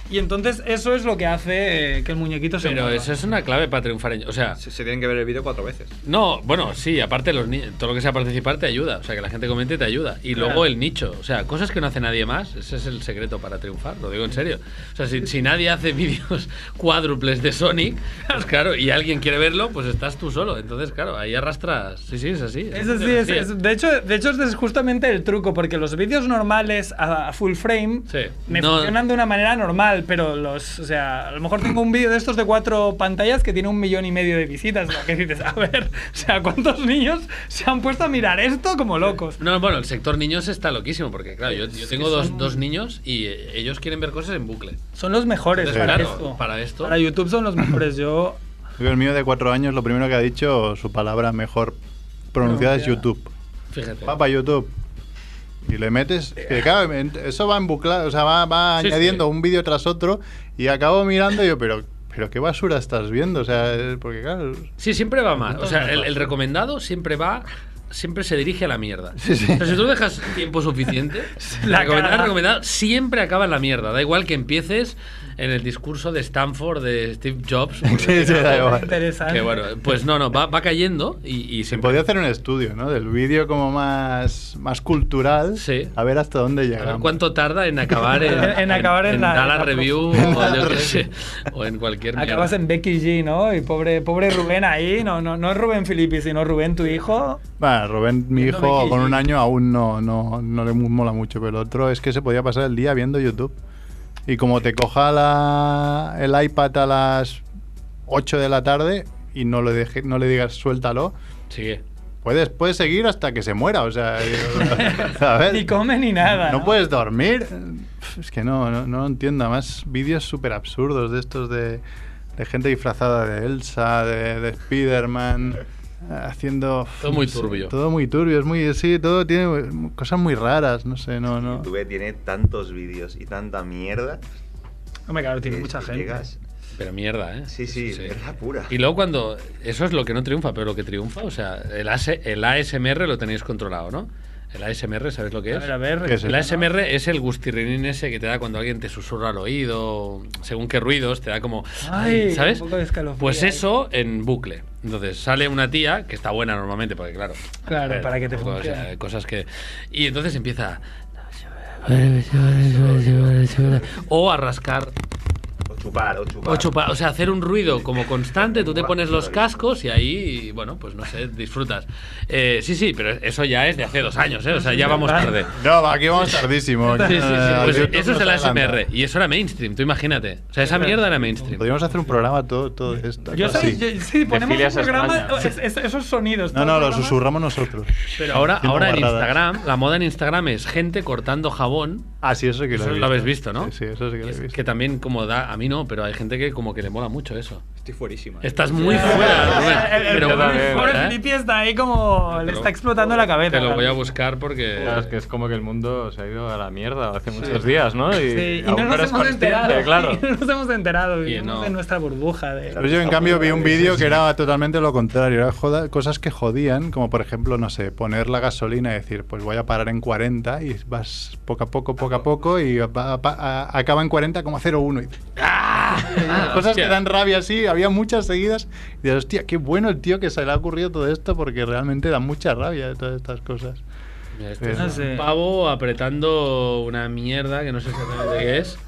[SPEAKER 1] Y entonces eso es lo que hace eh, que el muñequito se
[SPEAKER 7] Pero
[SPEAKER 1] mueva.
[SPEAKER 7] eso es una clave para triunfar en. O sea,
[SPEAKER 4] Se, se tienen que ver el vídeo cuatro veces.
[SPEAKER 7] No, bueno, sí, aparte los ni- todo lo que sea participar te ayuda, o sea, que la gente comente te ayuda. Y
[SPEAKER 1] Claro.
[SPEAKER 7] luego el nicho, o sea, cosas que no hace nadie más, ese es el secreto para triunfar, lo digo en serio. O sea, si, si nadie hace vídeos cuádruples de Sonic, pues claro, y alguien quiere verlo, pues estás tú solo. Entonces, claro, ahí arrastras. Sí, sí, es así. ¿eh?
[SPEAKER 1] Eso sí, es- es- de, hecho, de hecho, este es justamente el truco, porque los vídeos normales a, a full frame
[SPEAKER 7] Sí.
[SPEAKER 1] me
[SPEAKER 7] No.
[SPEAKER 1] funcionan de una manera normal, pero los, o sea, a lo mejor tengo un vídeo de estos de cuatro pantallas que tiene un millón y medio de visitas, lo que dices, a ver, o sea, ¿cuántos niños se han puesto a mirar esto como locos?
[SPEAKER 7] No, bueno, el sector niños está loquísimo, porque claro, yo, yo tengo dos, dos niños y eh, ellos quieren ver cosas en bucle.
[SPEAKER 1] Son los mejores
[SPEAKER 7] Entonces,
[SPEAKER 1] para,
[SPEAKER 7] claro,
[SPEAKER 1] esto.
[SPEAKER 7] para esto.
[SPEAKER 1] Para YouTube son los mejores, yo...
[SPEAKER 2] El mío de cuatro años, lo primero que ha dicho, su palabra mejor pronunciada es
[SPEAKER 1] Pronunciada.
[SPEAKER 2] YouTube.
[SPEAKER 7] Fíjate.
[SPEAKER 2] Papá YouTube. Y le metes. que claro, en- eso va embuclado, o sea, va, va
[SPEAKER 7] Sí,
[SPEAKER 2] añadiendo
[SPEAKER 7] sí.
[SPEAKER 2] un vídeo tras otro y acabo mirando y yo, pero, pero qué basura estás viendo, o sea, es- porque claro.
[SPEAKER 7] Sí, siempre va mal. O sea, el, el recomendado siempre va. Siempre se dirige a la mierda. Pero si tú dejas tiempo suficiente,
[SPEAKER 1] La
[SPEAKER 7] la recomendada,
[SPEAKER 1] cara.
[SPEAKER 7] recomendada siempre acaba en la mierda. Da igual que empieces en el discurso de Stanford de Steve Jobs.
[SPEAKER 2] Sí, sí, da igual.
[SPEAKER 1] Interesante.
[SPEAKER 7] Que bueno, pues no, no, va, va cayendo y, y
[SPEAKER 2] Se
[SPEAKER 7] siempre.
[SPEAKER 2] podía hacer un estudio, ¿no? Del vídeo como más, más cultural.
[SPEAKER 7] Sí.
[SPEAKER 2] A ver hasta dónde
[SPEAKER 7] A ver
[SPEAKER 2] llegamos.
[SPEAKER 7] cuánto tarda en acabar en,
[SPEAKER 1] En acabar en la- en
[SPEAKER 7] Dallas
[SPEAKER 1] la-
[SPEAKER 7] Review o, yo qué sé, o en cualquier mierda.
[SPEAKER 1] Acabas en Becky G, ¿no? Y pobre, pobre Rubén ahí, no, no, no es Rubén Filippi, sino Rubén, tu hijo.
[SPEAKER 2] Bueno, Rubén, mi
[SPEAKER 1] Viendo
[SPEAKER 2] hijo,
[SPEAKER 1] Becky
[SPEAKER 2] con
[SPEAKER 1] G.
[SPEAKER 2] un año aún no, no, no le mu- mola mucho, pero el otro es que se podía pasar el día viendo YouTube. Y como te coja la- el iPad a las 8 de la tarde y no le, deje- no le digas suéltalo,
[SPEAKER 7] Sigue.
[SPEAKER 2] Puedes, puedes seguir hasta que se muera, o sea, digo, ¿sabes?
[SPEAKER 1] Ni come ni nada.
[SPEAKER 2] No puedes dormir. Pf, Es que no, no, no lo entiendo. Además, vídeos súper absurdos de estos de, de gente disfrazada de Elsa, de, de Spider-Man, haciendo...
[SPEAKER 7] Todo muy
[SPEAKER 2] no sé,
[SPEAKER 7] turbio.
[SPEAKER 2] todo muy turbio, es muy... Sí, todo tiene cosas muy raras, no sé, no, no.
[SPEAKER 5] YouTube tiene tantos vídeos y tanta mierda.
[SPEAKER 1] Hombre, claro, tiene
[SPEAKER 5] que
[SPEAKER 1] mucha gente.
[SPEAKER 5] Eh, llegas-
[SPEAKER 7] Pero mierda, ¿eh?
[SPEAKER 5] Sí, sí,
[SPEAKER 7] Eso
[SPEAKER 5] mierda pura.
[SPEAKER 7] Y luego cuando. Eso es lo que no triunfa, pero lo que triunfa, o sea, el, AS el ASMR lo tenéis controlado, ¿no? El ASMR, ¿sabéis lo que
[SPEAKER 1] A
[SPEAKER 7] es?
[SPEAKER 1] ver, a ver.
[SPEAKER 2] ¿Qué es eso?
[SPEAKER 7] El ASMR es el gustirrinín ese que te da cuando alguien te susurra al oído, según qué ruidos, te da como.
[SPEAKER 1] Ay,
[SPEAKER 7] ay, ¿Sabes?
[SPEAKER 1] un poco de escalofrío
[SPEAKER 7] pues
[SPEAKER 1] ahí.
[SPEAKER 7] eso en bucle. Entonces sale una tía, que está buena normalmente, porque claro. eh,
[SPEAKER 1] Claro, para que te
[SPEAKER 7] tampoco, o sea,
[SPEAKER 1] funcione.
[SPEAKER 7] Cosas que. Y entonces empieza. O a rascar
[SPEAKER 5] O chupar, o chupar.
[SPEAKER 7] Ocho pa- o sea, hacer un ruido como constante, tú te pones los cascos y ahí, bueno, pues no sé, disfrutas. Eh, sí, sí, pero eso ya es de hace dos años, ¿eh? O sea, ya vamos tarde.
[SPEAKER 2] No, va, aquí vamos tardísimo.
[SPEAKER 7] Sí, sí, sí.
[SPEAKER 2] Eh,
[SPEAKER 7] Pues
[SPEAKER 2] YouTube
[SPEAKER 7] eso es
[SPEAKER 2] nos
[SPEAKER 7] el
[SPEAKER 2] adelanta.
[SPEAKER 7] ASMR. Y eso era mainstream, tú imagínate. O sea, esa mierda era mainstream.
[SPEAKER 2] Podríamos hacer un programa todo, todo de esto.
[SPEAKER 1] Yo
[SPEAKER 2] casi.
[SPEAKER 1] soy, yo- sí, ponemos
[SPEAKER 3] filias
[SPEAKER 1] un programa,
[SPEAKER 3] extrañas.
[SPEAKER 1] es- es- esos sonidos.
[SPEAKER 2] No,
[SPEAKER 1] todo
[SPEAKER 2] no,
[SPEAKER 1] el
[SPEAKER 2] lo
[SPEAKER 1] programa.
[SPEAKER 2] susurramos nosotros.
[SPEAKER 7] Pero ahora,
[SPEAKER 2] Haciendo
[SPEAKER 7] ahora en
[SPEAKER 2] guarradas.
[SPEAKER 7] Instagram, la moda en Instagram es gente cortando jabón.
[SPEAKER 2] Ah, sí, eso sí que lo
[SPEAKER 7] Eso
[SPEAKER 2] he visto.
[SPEAKER 7] lo habéis visto, ¿no?
[SPEAKER 2] Sí, sí, eso sí que lo he visto.
[SPEAKER 7] Que también como da, a mí no, pero hay gente que como que le mola mucho eso.
[SPEAKER 4] Estoy fuerísima. ¿eh?
[SPEAKER 7] Estás muy fuera, Rubén.
[SPEAKER 1] El, el-
[SPEAKER 7] Pero
[SPEAKER 1] el
[SPEAKER 3] Yo
[SPEAKER 7] muy
[SPEAKER 3] también,
[SPEAKER 1] pobre
[SPEAKER 7] fuera, ¿eh?
[SPEAKER 1] Flippy está ahí como. Le está explotando la cabeza.
[SPEAKER 7] Te lo voy a buscar porque...
[SPEAKER 3] Claro, es que es como que el mundo se ha ido a la mierda hace muchos días, ¿no? Y,
[SPEAKER 1] Sí, y
[SPEAKER 3] aún
[SPEAKER 1] no nos
[SPEAKER 3] eres
[SPEAKER 1] hemos
[SPEAKER 3] consciente,
[SPEAKER 1] enterado.
[SPEAKER 3] claro.
[SPEAKER 1] No nos hemos enterado. Vivimos
[SPEAKER 7] no.
[SPEAKER 1] en nuestra burbuja de.
[SPEAKER 2] Pero yo, en cambio, vi un vídeo que era totalmente lo contrario. Era joda- cosas que jodían, como por ejemplo, no sé, poner la gasolina y decir, pues voy a parar en 40 y vas poco a poco, poco a poco y va- va- a- acaba en 40 como 0,1. Y dices, ¡ah!
[SPEAKER 7] Ah,
[SPEAKER 2] cosas
[SPEAKER 7] hostia.
[SPEAKER 2] que dan rabia así. Había muchas seguidas. Y dices, hostia, qué bueno el tío que se le ha ocurrido todo esto porque realmente da mucha rabia de todas estas cosas.
[SPEAKER 7] Mira, este
[SPEAKER 2] Eh,
[SPEAKER 7] es
[SPEAKER 2] no
[SPEAKER 7] un
[SPEAKER 1] sé.
[SPEAKER 7] pavo apretando una mierda que no sé exactamente qué es.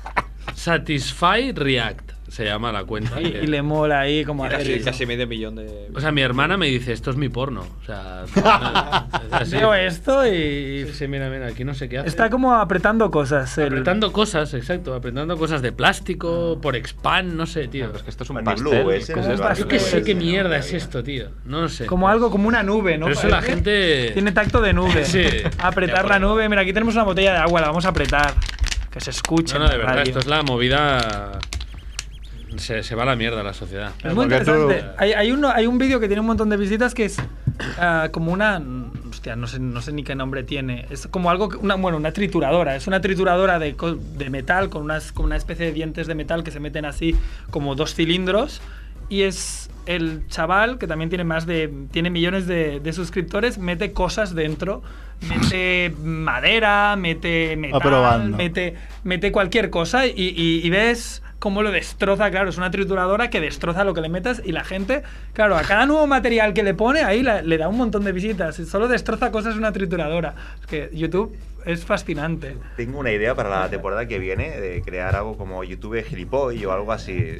[SPEAKER 7] Satisfy React se llama la cuenta.
[SPEAKER 1] Y,
[SPEAKER 7] que-
[SPEAKER 1] y le mola ahí como hacer
[SPEAKER 4] Casi,
[SPEAKER 1] eso.
[SPEAKER 4] casi medio millón de.
[SPEAKER 7] O sea, mi hermana me dice, esto es mi porno. O sea, es así.
[SPEAKER 1] Veo esto y.
[SPEAKER 7] Sí, ¿eh? sí, mira, mira, aquí no sé qué hace.
[SPEAKER 1] Está como apretando cosas. el-
[SPEAKER 7] apretando cosas, exacto, apretando cosas de plástico, por expand, no sé, tío.
[SPEAKER 3] Pero Ah, es que esto es un
[SPEAKER 5] Mandy
[SPEAKER 3] pastel.
[SPEAKER 5] Blue,
[SPEAKER 3] ¿qué
[SPEAKER 5] ese
[SPEAKER 3] es
[SPEAKER 5] es
[SPEAKER 3] esto?
[SPEAKER 1] un
[SPEAKER 7] Pues Yo
[SPEAKER 1] pastel.
[SPEAKER 7] qué sé
[SPEAKER 5] Sí,
[SPEAKER 7] qué
[SPEAKER 5] sí,
[SPEAKER 7] mierda
[SPEAKER 5] no,
[SPEAKER 7] es
[SPEAKER 5] no.
[SPEAKER 7] esto, tío. No lo sé.
[SPEAKER 1] Como algo, como una nube, ¿no?
[SPEAKER 7] Pero eso la
[SPEAKER 1] Parece.
[SPEAKER 7] gente.
[SPEAKER 1] Tiene tacto de nube.
[SPEAKER 7] Sí.
[SPEAKER 1] Apretar la nube. Mira, aquí tenemos una botella de agua, la vamos a apretar. Que se escuche.
[SPEAKER 7] No, no,
[SPEAKER 1] en
[SPEAKER 7] de
[SPEAKER 1] la
[SPEAKER 7] verdad,
[SPEAKER 1] radio.
[SPEAKER 7] esto es la movida. Se, se va a la mierda la sociedad.
[SPEAKER 1] Es muy
[SPEAKER 2] Porque
[SPEAKER 1] interesante.
[SPEAKER 2] tú-
[SPEAKER 1] Hay, hay uno- hay un vídeo que tiene un montón de visitas que es ah, como una. mm, Hostia, no sé, no sé ni qué nombre tiene. Es como algo. que- Una, bueno, una trituradora. Es una trituradora de, co- de metal con, unas, con una especie de dientes de metal que se meten así como dos cilindros. Y es el chaval que también tiene más de. Tiene millones de, de suscriptores, mete cosas dentro. Mete madera, mete metal,
[SPEAKER 2] probando.
[SPEAKER 1] mete mete, mete cualquier cosa y, y- y ves cómo lo destroza, claro, es una trituradora que destroza lo que le metas y la gente, claro, a cada nuevo material que le pone ahí la- le da un montón de visitas, y solo destroza cosas una trituradora. Es que YouTube es fascinante.
[SPEAKER 5] Tengo una idea para la temporada que viene de crear algo como YouTube gilipoll o algo así.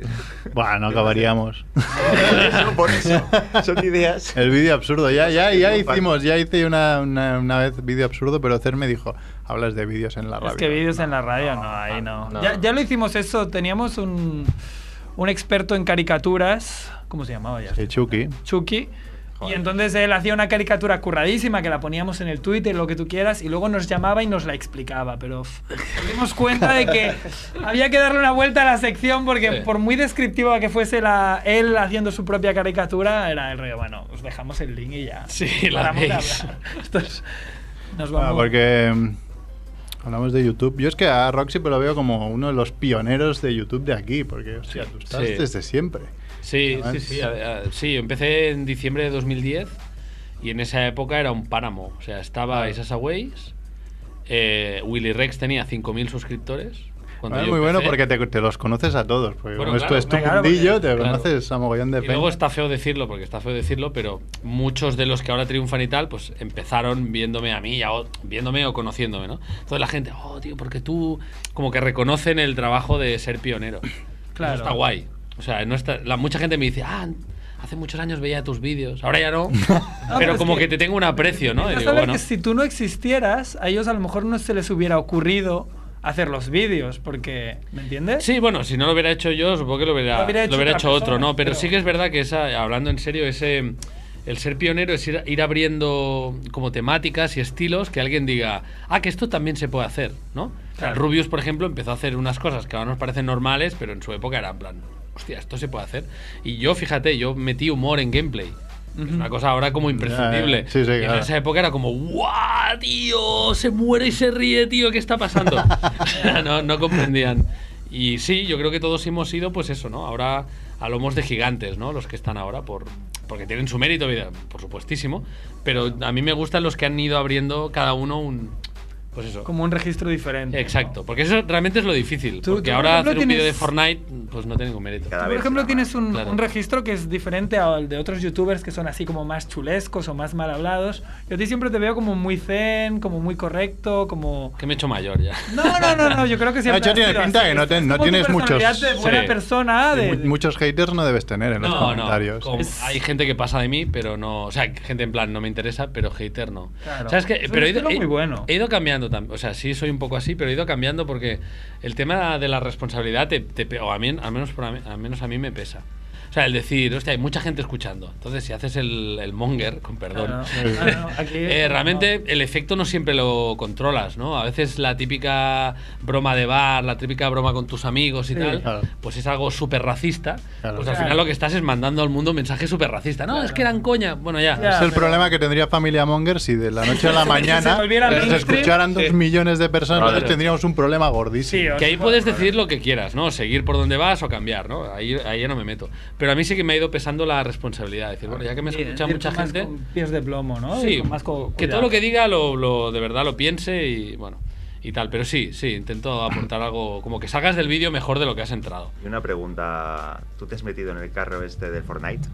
[SPEAKER 2] Bueno, acabaríamos.
[SPEAKER 5] por eso, por eso. Son ideas.
[SPEAKER 2] El vídeo absurdo, ya, ya,
[SPEAKER 5] que
[SPEAKER 2] ya
[SPEAKER 5] triunfan.
[SPEAKER 2] hicimos, ya hice una, una, una vez vídeo absurdo, pero Cer me dijo, hablas de vídeos en la radio.
[SPEAKER 1] Es que vídeos en la radio, no, ahí no.
[SPEAKER 3] no.
[SPEAKER 1] Ya, ya lo hicimos eso, teníamos un, un experto en caricaturas, ¿cómo se llamaba ya?
[SPEAKER 2] El Chucky.
[SPEAKER 1] Chucky. Y entonces él hacía una caricatura curradísima que la poníamos en el Twitter, lo que tú quieras, y luego nos llamaba y nos la explicaba. Pero uf, nos dimos cuenta de que había que darle una vuelta a la sección porque,
[SPEAKER 7] Sí.
[SPEAKER 1] por muy descriptiva que fuese la, él haciendo su propia caricatura, era el rollo. Bueno, os dejamos el link y ya.
[SPEAKER 7] Sí, la
[SPEAKER 1] Paramos de
[SPEAKER 7] veis.
[SPEAKER 1] hablar. Esto es- nos
[SPEAKER 2] Ah,
[SPEAKER 1] vamos.
[SPEAKER 2] porque mm, hablamos de YouTube. Yo es que a Roxy pero lo veo como uno de los pioneros de YouTube de aquí, porque, hostia, tú estás
[SPEAKER 7] Sí.
[SPEAKER 2] desde siempre.
[SPEAKER 7] Sí,
[SPEAKER 2] Además-
[SPEAKER 7] sí, sí. a- a- sí, yo empecé en diciembre de 2010 y en esa época era un páramo. O sea,
[SPEAKER 2] Ah.
[SPEAKER 7] estaba Isas Aways, eh, Willy Rex tenía 5.000 suscriptores. cuando
[SPEAKER 2] Ah,
[SPEAKER 7] yo
[SPEAKER 2] muy bueno
[SPEAKER 7] empecé.
[SPEAKER 2] porque te, te los conoces a todos, porque como
[SPEAKER 7] Bueno,
[SPEAKER 2] esto
[SPEAKER 7] claro,
[SPEAKER 2] es tu
[SPEAKER 1] claro, porque-
[SPEAKER 2] mundillo, te
[SPEAKER 7] claro.
[SPEAKER 2] conoces a mogollón de
[SPEAKER 7] Y luego
[SPEAKER 2] peña.
[SPEAKER 7] está feo decirlo, porque está feo decirlo, pero muchos de los que ahora triunfan y tal, pues empezaron viéndome a mí, ya o- viéndome o conociéndome, ¿no? Entonces la gente, oh, tío, porque tú como que reconocen el trabajo de ser pionero.
[SPEAKER 1] Claro.
[SPEAKER 7] Eso está guay. O sea, no está, la, mucha gente me dice, ah, hace muchos años veía tus vídeos, ahora ya no,
[SPEAKER 1] pero
[SPEAKER 7] pero
[SPEAKER 1] es
[SPEAKER 7] como
[SPEAKER 1] que-
[SPEAKER 7] que, te tengo un aprecio, ¿no? Y
[SPEAKER 1] Pero
[SPEAKER 7] digo,
[SPEAKER 1] sabes
[SPEAKER 7] bueno,
[SPEAKER 1] que si tú no existieras, a ellos a lo mejor no se les hubiera ocurrido hacer los vídeos, porque. ¿Me entiendes?
[SPEAKER 7] Sí, bueno, si no lo hubiera hecho yo, supongo que ¿eh? lo hubiera,
[SPEAKER 1] Lo
[SPEAKER 7] lo
[SPEAKER 1] hubiera
[SPEAKER 7] hubiera
[SPEAKER 1] hecho
[SPEAKER 7] hecho,
[SPEAKER 1] otra persona,
[SPEAKER 7] otro, ¿no? Pero,
[SPEAKER 1] pero-
[SPEAKER 7] sí que es verdad que esa, hablando en serio, ese El ser pionero es ir, ir abriendo como temáticas y estilos que alguien diga, ah, que esto también se puede hacer, ¿no? O sea,
[SPEAKER 1] Claro.
[SPEAKER 7] Rubius, por ejemplo, empezó a hacer unas cosas que ahora nos parecen normales, pero en su época era en plan, hostia, esto se puede hacer. Y yo, fíjate, yo metí humor en gameplay. que Es una cosa ahora como imprescindible.
[SPEAKER 2] Ya, ya. Sí, sí,
[SPEAKER 7] Y
[SPEAKER 2] claro.
[SPEAKER 7] En esa época era como, ¡guau, tío! Se muere y se ríe, tío, ¿qué está pasando? no, no comprendían. Y sí, yo creo que todos hemos sido, pues eso, ¿no? Ahora a lomos de gigantes, ¿no? Los que están ahora, por, porque tienen su mérito, vida- por supuestísimo. Pero a mí me gustan los que han ido abriendo cada uno un. Pues eso.
[SPEAKER 1] Como un registro diferente.
[SPEAKER 7] Exacto, porque eso realmente es lo difícil.
[SPEAKER 1] Tú-
[SPEAKER 7] porque
[SPEAKER 1] tú, por
[SPEAKER 7] ahora
[SPEAKER 1] ejemplo,
[SPEAKER 7] hacer un vídeo de
[SPEAKER 1] tienes-
[SPEAKER 7] Fortnite, pues no tiene ningún mérito.
[SPEAKER 5] Cada
[SPEAKER 1] Tú, por
[SPEAKER 5] vez
[SPEAKER 1] ejemplo,
[SPEAKER 5] será
[SPEAKER 1] tienes un,
[SPEAKER 7] Claro.
[SPEAKER 1] un registro que es diferente al de otros youtubers que son así como más chulescos o más mal hablados. Yo a ti siempre te veo como muy zen, como muy correcto, como...
[SPEAKER 7] Que me he hecho mayor ya.
[SPEAKER 1] No, no, no, no, yo creo que siempre
[SPEAKER 2] Nacho
[SPEAKER 1] has
[SPEAKER 2] tiene
[SPEAKER 1] sido
[SPEAKER 2] pinta
[SPEAKER 1] así.
[SPEAKER 2] que no te-
[SPEAKER 1] Es
[SPEAKER 2] no
[SPEAKER 1] como tu
[SPEAKER 2] tienes muchos-
[SPEAKER 1] personalidad de buena
[SPEAKER 7] Sí.
[SPEAKER 1] persona, de-
[SPEAKER 2] Mu-
[SPEAKER 1] de-
[SPEAKER 2] Muchos haters no debes tener en los comentarios.
[SPEAKER 7] como-
[SPEAKER 1] Es-
[SPEAKER 7] Hay gente que pasa de mí, pero no. O sea, gente en plan, no me interesa, pero hater no.
[SPEAKER 1] Claro.
[SPEAKER 7] ¿Sabes qué?
[SPEAKER 1] Es un
[SPEAKER 7] Pero he
[SPEAKER 1] estilo
[SPEAKER 7] ido, he-
[SPEAKER 1] muy bueno.
[SPEAKER 7] he ido cambiando también. O sea, sí, soy un poco así, pero he ido cambiando porque el tema de la responsabilidad, te, te pe- o a mí, al, menos por a mí- al menos a mí me pesa. O sea, el decir, hostia, hay mucha gente escuchando. Entonces, si haces el, el monger, con perdón,
[SPEAKER 1] Claro, claro, aquí-
[SPEAKER 7] eh, realmente el efecto no siempre lo controlas, ¿no? A veces la típica broma de bar, la típica broma con tus amigos y
[SPEAKER 1] Sí.
[SPEAKER 7] tal,
[SPEAKER 2] Claro.
[SPEAKER 7] pues es algo súper racista.
[SPEAKER 2] Claro.
[SPEAKER 7] Pues al
[SPEAKER 1] Claro.
[SPEAKER 7] final lo que estás es mandando al mundo mensajes súper racistas. No, es que eran coña. Bueno, ya.
[SPEAKER 1] Ya.
[SPEAKER 2] es el
[SPEAKER 1] pero-
[SPEAKER 2] problema que tendría Familia Monger si de la noche a la
[SPEAKER 1] Se
[SPEAKER 2] mañana
[SPEAKER 1] volviera
[SPEAKER 2] nos
[SPEAKER 1] mainstream.
[SPEAKER 2] escucharan dos
[SPEAKER 4] Sí.
[SPEAKER 2] millones de personas,
[SPEAKER 3] Claro.
[SPEAKER 2] entonces tendríamos un problema
[SPEAKER 1] Sí,
[SPEAKER 2] gordísimo.
[SPEAKER 1] o
[SPEAKER 7] Que ahí
[SPEAKER 1] sea,
[SPEAKER 7] puedes decir lo que quieras, ¿no? Seguir por donde vas o cambiar, ¿no? Ahí, ahí ya no me meto. Pero a mí sí que me ha ido pesando la responsabilidad. Decir, bueno, ya que me
[SPEAKER 1] sí,
[SPEAKER 7] escucha
[SPEAKER 1] decir
[SPEAKER 7] mucha
[SPEAKER 1] con más-
[SPEAKER 7] gente.
[SPEAKER 1] con pies de plomo, ¿no? Y
[SPEAKER 7] Sí,
[SPEAKER 1] con más co-
[SPEAKER 7] que
[SPEAKER 1] cuidado.
[SPEAKER 7] todo lo que diga lo, lo- de verdad lo piense y bueno, y tal. Pero sí, sí, intento aportar algo, como que salgas del vídeo mejor de lo que has entrado.
[SPEAKER 5] Y una pregunta, ¿tú te has metido en el carro este del Fortnite?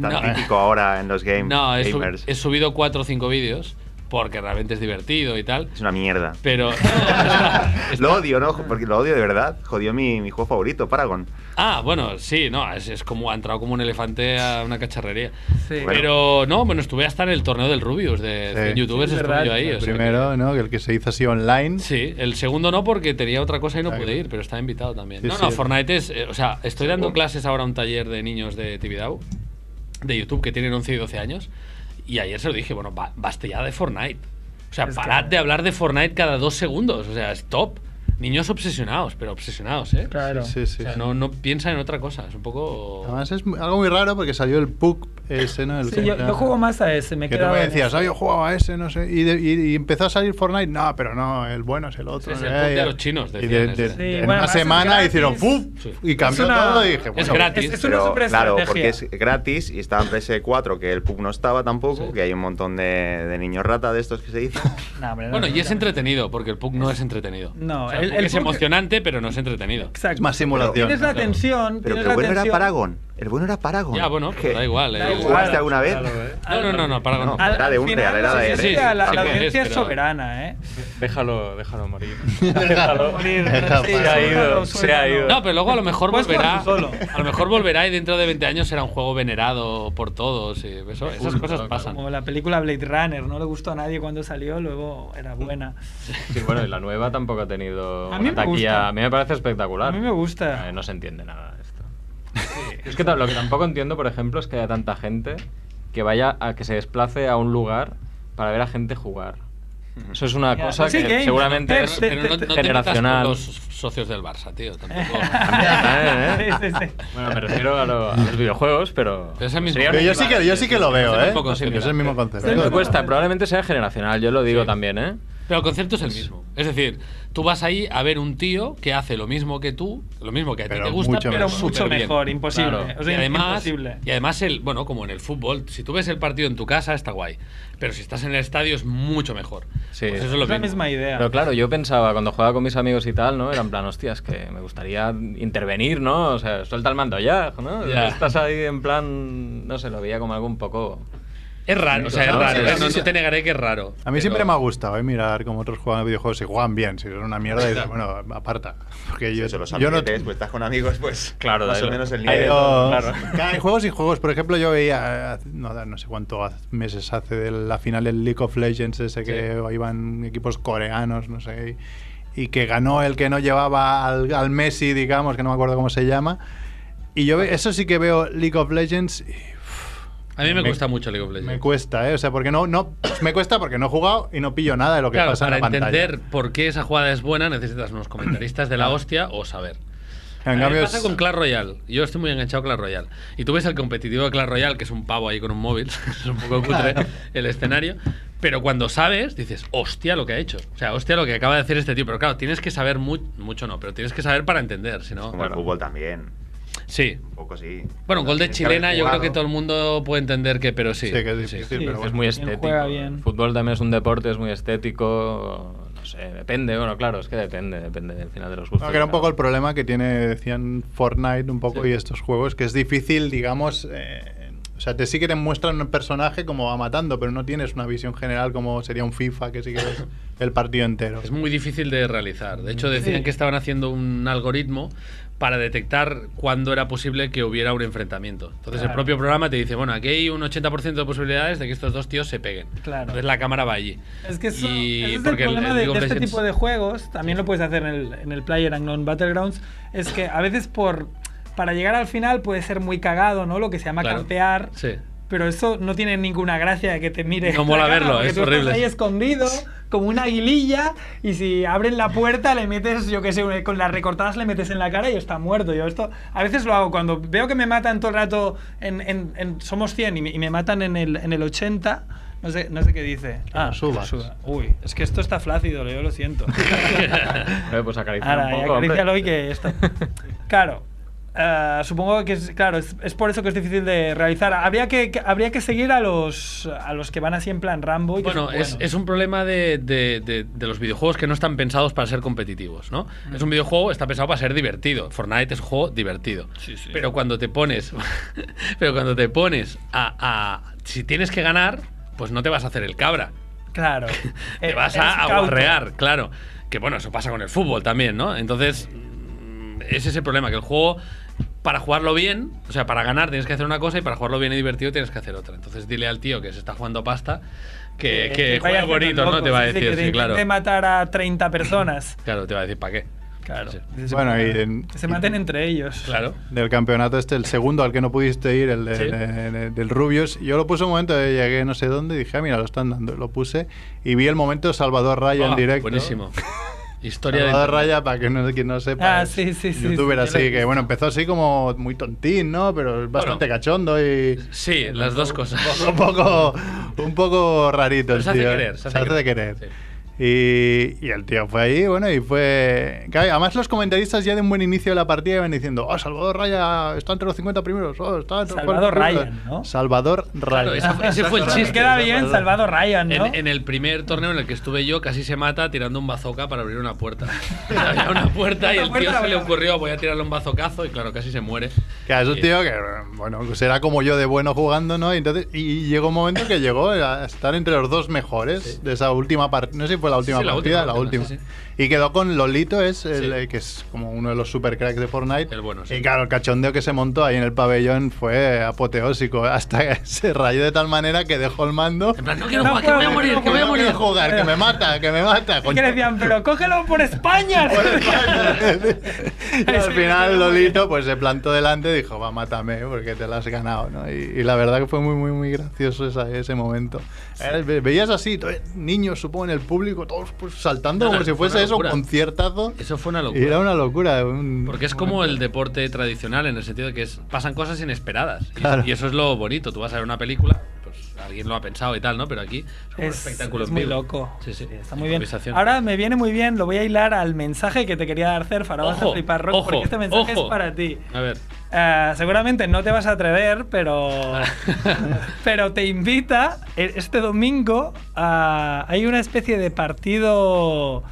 [SPEAKER 5] Tan
[SPEAKER 7] No.
[SPEAKER 5] típico ahora en los game,
[SPEAKER 7] No, he, sub-
[SPEAKER 5] gamers.
[SPEAKER 7] he subido cuatro o cinco vídeos porque realmente es divertido y tal.
[SPEAKER 5] Es una mierda.
[SPEAKER 7] Pero. está-
[SPEAKER 5] Lo odio, ¿no? Porque lo odio de verdad. Jodió mi, mi juego favorito, Paragon.
[SPEAKER 7] ah, bueno, sí, no, es, es como ha entrado como un elefante a una cacharrería.
[SPEAKER 1] Sí.
[SPEAKER 7] Pero no, bueno, estuve hasta en el torneo del Rubius de,
[SPEAKER 2] Sí.
[SPEAKER 7] 100 youtubers,
[SPEAKER 1] Sí, es
[SPEAKER 7] estuve
[SPEAKER 1] verdad.
[SPEAKER 7] yo ahí.
[SPEAKER 1] El
[SPEAKER 7] o
[SPEAKER 2] El
[SPEAKER 7] sea que-
[SPEAKER 2] primero, ¿no? Que El que se hizo así online.
[SPEAKER 7] Sí, el segundo no porque tenía otra cosa y no
[SPEAKER 2] Ah,
[SPEAKER 7] pude
[SPEAKER 2] claro.
[SPEAKER 7] ir, pero estaba invitado también.
[SPEAKER 2] Sí,
[SPEAKER 7] no,
[SPEAKER 2] sí.
[SPEAKER 7] no, Fortnite es, eh, o sea, estoy dando
[SPEAKER 5] Seguro.
[SPEAKER 7] clases ahora a un taller de niños de Tibidabo, de YouTube, que tienen 11 y 12 años, y ayer se lo dije, bueno, ba- basta ya de Fortnite. O sea,
[SPEAKER 1] Es que-
[SPEAKER 7] parad de hablar de Fortnite cada dos segundos, o sea, stop. Niños obsesionados, pero obsesionados, ¿eh?
[SPEAKER 1] Claro.
[SPEAKER 2] sí, sí.
[SPEAKER 7] O sea, no, no piensan en otra cosa, es un poco...
[SPEAKER 2] Además es mu- algo muy raro porque salió el PUC ese, ¿no? El-
[SPEAKER 1] Sí, yo, yo juego más a ese, me he
[SPEAKER 2] Que tú
[SPEAKER 1] quedado
[SPEAKER 2] me
[SPEAKER 1] en
[SPEAKER 2] decías,
[SPEAKER 1] eso.
[SPEAKER 2] ah, yo jugaba a ese, no sé. Y, de- y- y empezó a salir Fortnite, no, pero no, el bueno es el otro.
[SPEAKER 7] Es
[SPEAKER 2] ¿no?
[SPEAKER 7] el
[SPEAKER 2] Ya,
[SPEAKER 7] PUC de
[SPEAKER 2] ya.
[SPEAKER 7] los chinos,
[SPEAKER 2] Y
[SPEAKER 7] decían
[SPEAKER 2] de-
[SPEAKER 7] ese.
[SPEAKER 2] de-
[SPEAKER 1] Sí,
[SPEAKER 2] en
[SPEAKER 1] bueno,
[SPEAKER 2] una
[SPEAKER 1] además es
[SPEAKER 2] semana
[SPEAKER 1] gratis.
[SPEAKER 2] hicieron ¡fuf!
[SPEAKER 7] Sí.
[SPEAKER 2] Y cambió
[SPEAKER 1] Es una-
[SPEAKER 2] todo y dije,
[SPEAKER 7] Es
[SPEAKER 2] bueno,
[SPEAKER 7] gratis.
[SPEAKER 1] Es, es una
[SPEAKER 5] Pero claro,
[SPEAKER 1] superestrategia.
[SPEAKER 5] porque es gratis y estaba en PS4, que el PUB no estaba tampoco, que hay un montón de, de niños rata de estos que se dicen.
[SPEAKER 1] No, hombre, no,
[SPEAKER 7] Bueno,
[SPEAKER 1] no,
[SPEAKER 7] y es
[SPEAKER 1] no.
[SPEAKER 7] entretenido, porque el PUC no es entretenido.
[SPEAKER 1] No,
[SPEAKER 7] O sea, el,
[SPEAKER 1] el-
[SPEAKER 7] PUC
[SPEAKER 1] el
[SPEAKER 7] es
[SPEAKER 1] PUC-
[SPEAKER 7] emocionante, pero no es entretenido.
[SPEAKER 2] Es
[SPEAKER 1] Exacto.
[SPEAKER 2] más simulación.
[SPEAKER 1] Tienes la
[SPEAKER 7] Claro.
[SPEAKER 1] tensión.
[SPEAKER 5] Pero
[SPEAKER 1] tienes
[SPEAKER 5] que
[SPEAKER 1] la
[SPEAKER 5] el bueno era
[SPEAKER 1] tensión.
[SPEAKER 5] Paragon. El bueno era Paragon.
[SPEAKER 7] Ya, bueno,
[SPEAKER 5] ¿Qué?
[SPEAKER 7] pero da igual.
[SPEAKER 1] Da
[SPEAKER 7] eh.
[SPEAKER 1] igual.
[SPEAKER 5] ¿Jugaste alguna vez?
[SPEAKER 2] eh.
[SPEAKER 7] No, no, no, no, para
[SPEAKER 5] No,
[SPEAKER 7] no.
[SPEAKER 5] era de un real, era de.
[SPEAKER 1] la,
[SPEAKER 7] sí, sí,
[SPEAKER 1] la- la
[SPEAKER 7] sí, sí,
[SPEAKER 1] audiencia es
[SPEAKER 7] pero-
[SPEAKER 1] soberana, ¿eh?
[SPEAKER 3] Déjalo, déjalo morir.
[SPEAKER 2] Déjalo
[SPEAKER 1] Sí,
[SPEAKER 3] Se ha ido,
[SPEAKER 1] suéltalo,
[SPEAKER 3] se ha
[SPEAKER 1] suéltalo.
[SPEAKER 3] ido.
[SPEAKER 7] No, pero luego a lo mejor
[SPEAKER 1] Puedes
[SPEAKER 7] volverá.
[SPEAKER 1] jugar tú solo.
[SPEAKER 7] A lo mejor volverá y dentro de 20 años será un juego venerado por todos. y eso- esas cosas pasan.
[SPEAKER 1] Como la película Blade Runner, no le gustó a nadie cuando salió, luego era buena.
[SPEAKER 3] Sí, bueno, y la nueva tampoco ha tenido
[SPEAKER 1] A mí
[SPEAKER 3] una
[SPEAKER 1] me gusta.
[SPEAKER 3] taquilla. A mí me parece espectacular.
[SPEAKER 1] A mí me gusta.
[SPEAKER 3] Eh, no se entiende nada de esto. Es que ta- lo que tampoco entiendo, por ejemplo, es que haya tanta gente que vaya a que se desplace a un lugar para ver a gente jugar. Eso es una
[SPEAKER 1] Ya, pues
[SPEAKER 3] cosa
[SPEAKER 1] sí,
[SPEAKER 3] que
[SPEAKER 1] game,
[SPEAKER 3] seguramente
[SPEAKER 1] te-
[SPEAKER 3] es
[SPEAKER 1] te-
[SPEAKER 7] Pero no, no te metas
[SPEAKER 3] generacional.
[SPEAKER 7] con los socios del Barça, tío. Tampoco.
[SPEAKER 3] Eh, eh.
[SPEAKER 1] Sí, sí, sí.
[SPEAKER 3] Bueno, me refiero a, lo- a los videojuegos, pero.
[SPEAKER 7] Pero es el mismo
[SPEAKER 3] sería
[SPEAKER 2] Pero yo sí que, yo sí que lo veo,
[SPEAKER 7] Es un
[SPEAKER 2] ¿eh?
[SPEAKER 7] poco
[SPEAKER 2] Porque Es el
[SPEAKER 7] similar.
[SPEAKER 2] mismo
[SPEAKER 3] Pero
[SPEAKER 2] concepto.
[SPEAKER 1] Claro.
[SPEAKER 3] cuesta, probablemente sea generacional, yo lo digo también, ¿eh?
[SPEAKER 7] Pero el concepto es el mismo. Es decir, tú vas ahí a ver un tío que hace lo mismo que tú, lo mismo que a ti
[SPEAKER 2] Pero
[SPEAKER 7] te gusta,
[SPEAKER 2] mucho
[SPEAKER 7] pero
[SPEAKER 1] Pero
[SPEAKER 2] mejor.
[SPEAKER 1] mucho
[SPEAKER 7] superbién.
[SPEAKER 1] mejor, imposible.
[SPEAKER 3] Claro.
[SPEAKER 1] O sea,
[SPEAKER 7] y además,
[SPEAKER 1] imposible.
[SPEAKER 7] y además el, bueno, como en el fútbol, si tú ves el partido en tu casa está guay, pero si estás en el estadio es mucho mejor.
[SPEAKER 3] Sí.
[SPEAKER 7] Pues eso es lo
[SPEAKER 1] Es la
[SPEAKER 7] mismo.
[SPEAKER 1] misma idea.
[SPEAKER 3] Pero claro, yo pensaba cuando jugaba con mis amigos y tal, ¿no? Era en plan, hostias, que me gustaría intervenir, ¿no? O sea, suelta el mando ya, ¿no?
[SPEAKER 7] Ya.
[SPEAKER 3] Estás ahí en plan, no sé, lo veía como algo un poco...
[SPEAKER 7] Es raro, o sea, es
[SPEAKER 3] No,
[SPEAKER 7] raro.
[SPEAKER 3] sí,
[SPEAKER 7] ¿eh?
[SPEAKER 3] sí,
[SPEAKER 7] no,
[SPEAKER 3] sí.
[SPEAKER 7] no te negaré que es raro.
[SPEAKER 2] A mí siempre me ha gustado ¿eh? mirar cómo otros juegan a videojuegos y juegan bien. Si son una mierda, dices, bueno, aparta. Porque yo,
[SPEAKER 5] Eso, los
[SPEAKER 2] yo no,
[SPEAKER 5] amiguetes, pues estás con amigos, pues.
[SPEAKER 3] Claro, da
[SPEAKER 5] más o
[SPEAKER 3] igual.
[SPEAKER 5] menos el
[SPEAKER 2] Hay,
[SPEAKER 5] nivel.
[SPEAKER 2] dos.
[SPEAKER 5] Claro.
[SPEAKER 2] Claro, hay juegos y juegos. Por ejemplo, yo veía, eh, hace- no, no sé cuántos meses hace, de la final del League of Legends, ese que iban equipos coreanos, no sé, y, y que ganó el que no llevaba al, al Messi, digamos, que no me acuerdo cómo se llama. Y yo ve- eso sí que veo League of Legends y
[SPEAKER 7] A mí me, cuesta mucho League of Legends.
[SPEAKER 2] Me cuesta, ¿eh? O sea, porque no, no. Me cuesta porque no he jugado y no pillo nada de lo que
[SPEAKER 7] claro,
[SPEAKER 2] pasa
[SPEAKER 7] para
[SPEAKER 2] en la pantalla.
[SPEAKER 7] entender por qué esa jugada es buena necesitas unos comentaristas de la hostia o saber.
[SPEAKER 2] En
[SPEAKER 7] A mí me
[SPEAKER 2] cambio,
[SPEAKER 7] pasa
[SPEAKER 2] es-
[SPEAKER 7] con Clash Royale. Yo estoy muy enganchado a Clash Royale. Y tú ves al competitivo de Clash Royale, que es un pavo ahí con un móvil, es un poco cutre el escenario. Pero cuando sabes, dices, hostia lo que ha hecho. O sea, hostia lo que acaba de hacer este tío. Pero claro, tienes que saber mu- mucho, no, pero tienes que saber para entender. Si no,
[SPEAKER 5] Como el fútbol también.
[SPEAKER 7] sí.
[SPEAKER 5] Un poco sí.
[SPEAKER 7] Bueno, un gol de
[SPEAKER 5] Tienes que haber
[SPEAKER 7] chilena, yo creo
[SPEAKER 5] jugado.
[SPEAKER 7] que todo el mundo puede entender que, pero sí.
[SPEAKER 2] Sí, que es difícil,
[SPEAKER 1] Sí,
[SPEAKER 2] pero
[SPEAKER 3] Es
[SPEAKER 2] bueno.
[SPEAKER 3] muy
[SPEAKER 1] Quien
[SPEAKER 3] estético.
[SPEAKER 1] juega bien.
[SPEAKER 3] El fútbol también es un deporte, es muy estético. No sé, depende. Bueno, claro, es que depende, depende del final de los gustos.
[SPEAKER 2] No, que era un poco el
[SPEAKER 3] Claro.
[SPEAKER 2] problema que tiene, decían Fortnite un poco
[SPEAKER 7] Sí.
[SPEAKER 2] y estos juegos, que es difícil, digamos, eh, o sea, te sí que te muestran un personaje como va matando, pero no tienes una visión general como sería un FIFA, que sí que ves el partido entero.
[SPEAKER 7] Es muy difícil de realizar. De hecho, decían
[SPEAKER 1] Sí.
[SPEAKER 7] que estaban haciendo un algoritmo para detectar cuándo era posible que hubiera un enfrentamiento. Entonces, el
[SPEAKER 1] Claro.
[SPEAKER 7] propio programa te dice, bueno, aquí hay un 80% de posibilidades de que estos dos tíos se peguen.
[SPEAKER 1] Claro.
[SPEAKER 7] Entonces, la cámara va allí.
[SPEAKER 1] Es que eso,
[SPEAKER 7] Y
[SPEAKER 1] ese es el
[SPEAKER 7] porque el-
[SPEAKER 1] problema
[SPEAKER 7] el
[SPEAKER 1] de,
[SPEAKER 7] League of
[SPEAKER 1] de este
[SPEAKER 7] Legends-
[SPEAKER 1] tipo de juegos, también lo puedes hacer en el, en el Player Unknown Battlegrounds, es que a veces por para llegar al final puede ser muy cagado, ¿no? Lo que se llama
[SPEAKER 7] Claro.
[SPEAKER 1] campear.
[SPEAKER 7] Sí.
[SPEAKER 1] Pero eso no tiene ninguna gracia de que te mire.
[SPEAKER 7] No mola
[SPEAKER 1] la cara,
[SPEAKER 7] verlo,
[SPEAKER 1] porque
[SPEAKER 7] es
[SPEAKER 1] tú estás
[SPEAKER 7] horrible.
[SPEAKER 1] ahí escondido, como una aguililla, y si abren la puerta le metes, yo qué sé, una- con las recortadas le metes en la cara y está muerto. Yo esto a veces lo hago cuando veo que me matan todo el rato en, en- en- somos 100 y me, y me matan en el, en el 80. No sé, no sé qué dice. Ah,
[SPEAKER 2] subas.
[SPEAKER 1] suba. Uy, es que esto está flácido, yo lo siento.
[SPEAKER 3] Eh, pues acariciar
[SPEAKER 1] Ahora,
[SPEAKER 3] un poco. hombre.
[SPEAKER 1] acarícialo y que esto. Claro. eh, supongo que es, claro, es, es por eso que es difícil de realizar. Habría que, que- habría que seguir a los, a los que van así en plan Rambo. y que
[SPEAKER 7] Bueno,
[SPEAKER 1] son
[SPEAKER 7] es,
[SPEAKER 1] buenos.
[SPEAKER 7] es un problema de, de- de- de los videojuegos que no están pensados para ser competitivos, ¿no?
[SPEAKER 1] Mm.
[SPEAKER 7] Es un videojuego, está pensado para ser divertido. Fortnite es un juego divertido. Pero cuando te pones. pero cuando te pones a, a- Si tienes que ganar, pues no te vas a hacer el cabra.
[SPEAKER 1] Claro.
[SPEAKER 7] Te
[SPEAKER 1] Eh,
[SPEAKER 7] vas
[SPEAKER 1] eres
[SPEAKER 7] a
[SPEAKER 1] cauto.
[SPEAKER 7] aguarrear, claro. Que bueno, eso pasa con el fútbol también, ¿no? Entonces, mm, es ese problema, que el juego, para jugarlo bien, o sea, para ganar tienes que hacer una cosa y para jugarlo bien y divertido tienes que hacer otra. Entonces, dile al tío que se está jugando a pasta que, que
[SPEAKER 1] Eh, vaya
[SPEAKER 7] juegue
[SPEAKER 1] haciendo
[SPEAKER 7] bonito, ¿no?
[SPEAKER 1] loco,
[SPEAKER 7] Te va a
[SPEAKER 1] sí, sí,
[SPEAKER 7] decir,
[SPEAKER 1] que te
[SPEAKER 7] sí, claro.
[SPEAKER 1] intente matar a 30 personas.
[SPEAKER 7] Claro, te va a decir, ¿para qué?
[SPEAKER 1] Claro.
[SPEAKER 7] Sí.
[SPEAKER 1] Dices,
[SPEAKER 2] Bueno, y
[SPEAKER 1] "Mira,
[SPEAKER 2] en-
[SPEAKER 1] que se maten entre ellos.
[SPEAKER 7] Claro.
[SPEAKER 2] Del campeonato este, el segundo al que no pudiste ir, el de-
[SPEAKER 7] Sí.
[SPEAKER 2] de- de- del Rubius. Yo lo puse un momento, eh, llegué no sé dónde y dije, ah, mira, lo están dando. Lo puse y vi el momento Salvador Raya
[SPEAKER 7] Ah,
[SPEAKER 2] en directo.
[SPEAKER 7] Buenísimo. Historia de.
[SPEAKER 2] Salvador Raya, para que no, quien no sepa.
[SPEAKER 1] Ah,
[SPEAKER 2] es
[SPEAKER 1] sí, sí, sí, sí,
[SPEAKER 2] Youtuber
[SPEAKER 1] yo lo he
[SPEAKER 2] así, que
[SPEAKER 1] visto.
[SPEAKER 2] bueno, empezó así como muy tontín, ¿no? Pero es bastante cachondo y.
[SPEAKER 7] Sí, las dos cosas.
[SPEAKER 2] un poco, un poco rarito el
[SPEAKER 7] Pero se hace
[SPEAKER 2] tío, ¿eh?
[SPEAKER 7] querer, se hace
[SPEAKER 2] de
[SPEAKER 7] querer.
[SPEAKER 2] querer. Y, y el tío fue ahí, bueno, y fue... claro, Además los comentaristas ya de un buen inicio de la partida iban diciendo, oh, Salvador Raya está entre los 50 primeros, oh, está entre los
[SPEAKER 1] Salvador
[SPEAKER 2] 40 primeros".
[SPEAKER 1] Ryan, ¿no?
[SPEAKER 2] Salvador
[SPEAKER 7] Claro,
[SPEAKER 2] Raya.
[SPEAKER 7] ese, fue- ese fue el
[SPEAKER 1] Se
[SPEAKER 7] chiste.
[SPEAKER 1] queda bien Salvador Ryan, ¿no?
[SPEAKER 7] En, en el primer torneo en el que estuve yo, casi se mata tirando un bazooka para abrir una puerta. Había una puerta y el tío se le ocurrió, voy a tirarle un bazocazo y claro, casi se muere.
[SPEAKER 2] Claro, es un tío que, bueno, será como yo de bueno jugando, ¿no? Y, entonces, y llegó un momento que llegó a estar entre los dos mejores de esa última partida. No sé si fue la última
[SPEAKER 7] sí, la
[SPEAKER 2] partida,
[SPEAKER 7] última,
[SPEAKER 2] la
[SPEAKER 7] la
[SPEAKER 2] última.
[SPEAKER 7] última, sí,
[SPEAKER 2] Y quedó con Lolito, es el,
[SPEAKER 7] Sí.
[SPEAKER 2] eh, que es como uno de los super cracks de Fortnite.
[SPEAKER 7] El bueno, sí.
[SPEAKER 2] Y claro, el cachondeo que se montó ahí en el pabellón fue apoteósico. Hasta que se rayó de tal manera que dejó el mando. "Pues
[SPEAKER 7] En plan, no quiero
[SPEAKER 1] No
[SPEAKER 7] jugar, que voy a
[SPEAKER 1] puedo,
[SPEAKER 7] morir,
[SPEAKER 1] no
[SPEAKER 7] que voy a
[SPEAKER 2] No quiero
[SPEAKER 7] morir.
[SPEAKER 2] jugar, que me mata, que me mata.
[SPEAKER 1] Y que le decían, pero cógelo por España.
[SPEAKER 2] Y al final Lolito pues se plantó delante y dijo, va, mátame, porque te la has ganado, ¿no? Y, y la verdad que fue muy, muy, muy gracioso esa- ese momento. Eh, ve- Veías así, to- niños, supongo, en el público, todos pues, saltando
[SPEAKER 7] No, no,
[SPEAKER 2] como si
[SPEAKER 7] fue
[SPEAKER 2] fuese
[SPEAKER 7] una
[SPEAKER 2] eso, un
[SPEAKER 7] locura.
[SPEAKER 2] conciertazo.
[SPEAKER 7] Eso fue una
[SPEAKER 2] Y era
[SPEAKER 7] locura.
[SPEAKER 2] una locura. un-
[SPEAKER 7] Porque es como el deporte tradicional en el sentido de que es- pasan cosas inesperadas. Y-
[SPEAKER 2] Claro.
[SPEAKER 7] Y, eso es lo bonito. Tú vas a ver una película, pues alguien lo ha pensado y tal, ¿no? Pero aquí es como un
[SPEAKER 1] Es,
[SPEAKER 7] espectáculo
[SPEAKER 1] es
[SPEAKER 7] en
[SPEAKER 1] muy
[SPEAKER 7] vivo.
[SPEAKER 1] loco.
[SPEAKER 7] Sí, sí.
[SPEAKER 1] Está muy bien.
[SPEAKER 7] Improvisación.
[SPEAKER 1] Ahora me viene muy bien, lo voy a hilar al mensaje que te quería dar, Cerf. Ahora vas a
[SPEAKER 7] Ojo,
[SPEAKER 1] flipar, Rock,
[SPEAKER 7] ojo,
[SPEAKER 1] porque este mensaje
[SPEAKER 7] ojo.
[SPEAKER 1] es para ti.
[SPEAKER 7] A ver.
[SPEAKER 1] Eh, seguramente no te vas a atrever, pero, pero te invita e- este domingo a... Hay una especie de partido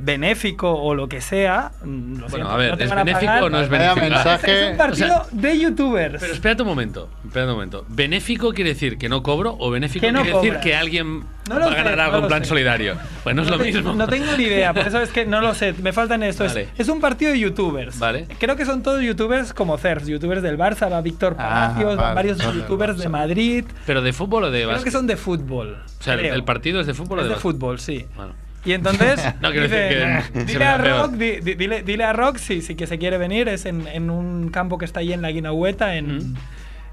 [SPEAKER 1] benéfico o lo que sea. Mm, lo siento,
[SPEAKER 7] a ver,
[SPEAKER 1] no te
[SPEAKER 7] ¿es
[SPEAKER 1] van a
[SPEAKER 7] benéfico
[SPEAKER 1] pagar.
[SPEAKER 7] o no es
[SPEAKER 2] Vaya
[SPEAKER 7] benéfico?
[SPEAKER 2] mensaje.
[SPEAKER 1] Es un partido
[SPEAKER 7] O sea,
[SPEAKER 1] de youtubers.
[SPEAKER 7] Pero espérate un momento, espérate un momento. ¿Benéfico quiere decir que no cobro o benéfico
[SPEAKER 1] Que no
[SPEAKER 7] quiere decir
[SPEAKER 1] cobras.
[SPEAKER 7] que alguien
[SPEAKER 1] No
[SPEAKER 7] va
[SPEAKER 1] lo
[SPEAKER 7] a ganar
[SPEAKER 1] sé,
[SPEAKER 7] algo
[SPEAKER 1] no
[SPEAKER 7] en
[SPEAKER 1] lo
[SPEAKER 7] plan
[SPEAKER 1] sé.
[SPEAKER 7] solidario? Pues no es lo
[SPEAKER 1] te-
[SPEAKER 7] mismo.
[SPEAKER 1] No tengo ni idea, por eso es que no lo sé. Me faltan esto. Es-
[SPEAKER 7] Vale.
[SPEAKER 1] Es, un partido de youtubers.
[SPEAKER 7] Vale.
[SPEAKER 1] Creo que son todos youtubers como CERS, youtubers del Barça, va Víctor
[SPEAKER 2] Ah,
[SPEAKER 1] Palacios, van
[SPEAKER 2] vale,
[SPEAKER 1] varios
[SPEAKER 2] son del
[SPEAKER 1] youtubers
[SPEAKER 2] Barça.
[SPEAKER 1] de Madrid.
[SPEAKER 7] ¿Pero de fútbol o de
[SPEAKER 1] Creo que
[SPEAKER 7] básquet?
[SPEAKER 1] son de fútbol.
[SPEAKER 7] o sea, el,
[SPEAKER 1] creo.
[SPEAKER 7] el partido es de fútbol o
[SPEAKER 1] Es
[SPEAKER 7] de
[SPEAKER 1] de
[SPEAKER 7] básquet?
[SPEAKER 1] fútbol, sí.
[SPEAKER 7] Bueno.
[SPEAKER 1] Y entonces,
[SPEAKER 7] No, quiero
[SPEAKER 1] dice,
[SPEAKER 7] decir que- se
[SPEAKER 1] dile,
[SPEAKER 7] me
[SPEAKER 1] a
[SPEAKER 7] da peor.
[SPEAKER 1] Rock, di- di- dile, dile a Rock si, si que se quiere venir, es en, en un campo que está ahí en la Guinahueta, en,
[SPEAKER 7] Mm.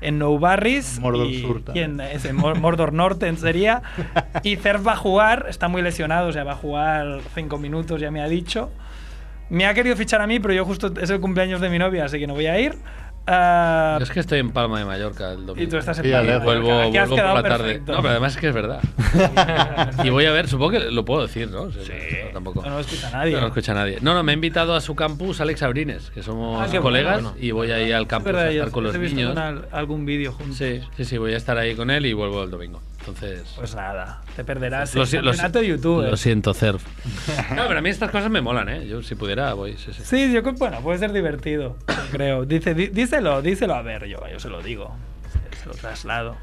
[SPEAKER 1] en Nou Barris.
[SPEAKER 2] Mordor
[SPEAKER 1] y,
[SPEAKER 2] Sur,
[SPEAKER 1] y en ese, Mor- Mordor Norte en sería. Y Cerf va a jugar, está muy lesionado, o sea, va a jugar cinco minutos, ya me ha dicho. Me ha querido fichar a mí, pero yo justo es el cumpleaños de mi novia, así que no voy a ir. Ah,
[SPEAKER 7] Yo es que estoy en Palma de Mallorca el domingo.
[SPEAKER 1] Y tú estás en
[SPEAKER 2] Sí,
[SPEAKER 1] Palma de
[SPEAKER 2] Alejo.
[SPEAKER 1] Mallorca.
[SPEAKER 7] Vuelvo,
[SPEAKER 1] Aquí has
[SPEAKER 7] vuelvo por la
[SPEAKER 1] quedado
[SPEAKER 7] tarde.
[SPEAKER 1] perfecto.
[SPEAKER 7] No, pero además es que es verdad. y voy a ver, supongo que lo puedo decir, ¿no? Sí. no, tampoco.
[SPEAKER 1] No lo escucha nadie.
[SPEAKER 7] No lo escucha nadie. No, no, me ha invitado a su campus Alex Abrines, que somos
[SPEAKER 1] Ah, qué
[SPEAKER 7] colegas,
[SPEAKER 1] bueno.
[SPEAKER 7] y voy a ir al campus
[SPEAKER 1] verdad,
[SPEAKER 7] a estar
[SPEAKER 1] yo
[SPEAKER 7] con los
[SPEAKER 1] he visto
[SPEAKER 7] niños.
[SPEAKER 1] algún- algún vídeo juntos.
[SPEAKER 7] Sí, sí, sí, voy a estar ahí con él y vuelvo el domingo. Entonces.
[SPEAKER 1] Pues nada, te perderás
[SPEAKER 7] lo
[SPEAKER 1] el
[SPEAKER 7] si- lo si-
[SPEAKER 1] campeonato de YouTube. ¿eh?
[SPEAKER 7] Lo siento, Cerf. no, pero a mí estas cosas me molan, ¿eh? Yo si pudiera voy, sí, sí.
[SPEAKER 1] Sí, yo creo que, bueno, puede ser divertido, creo. Dice, di- díselo, díselo a ver, yo, yo se lo digo. Se, se lo traslado.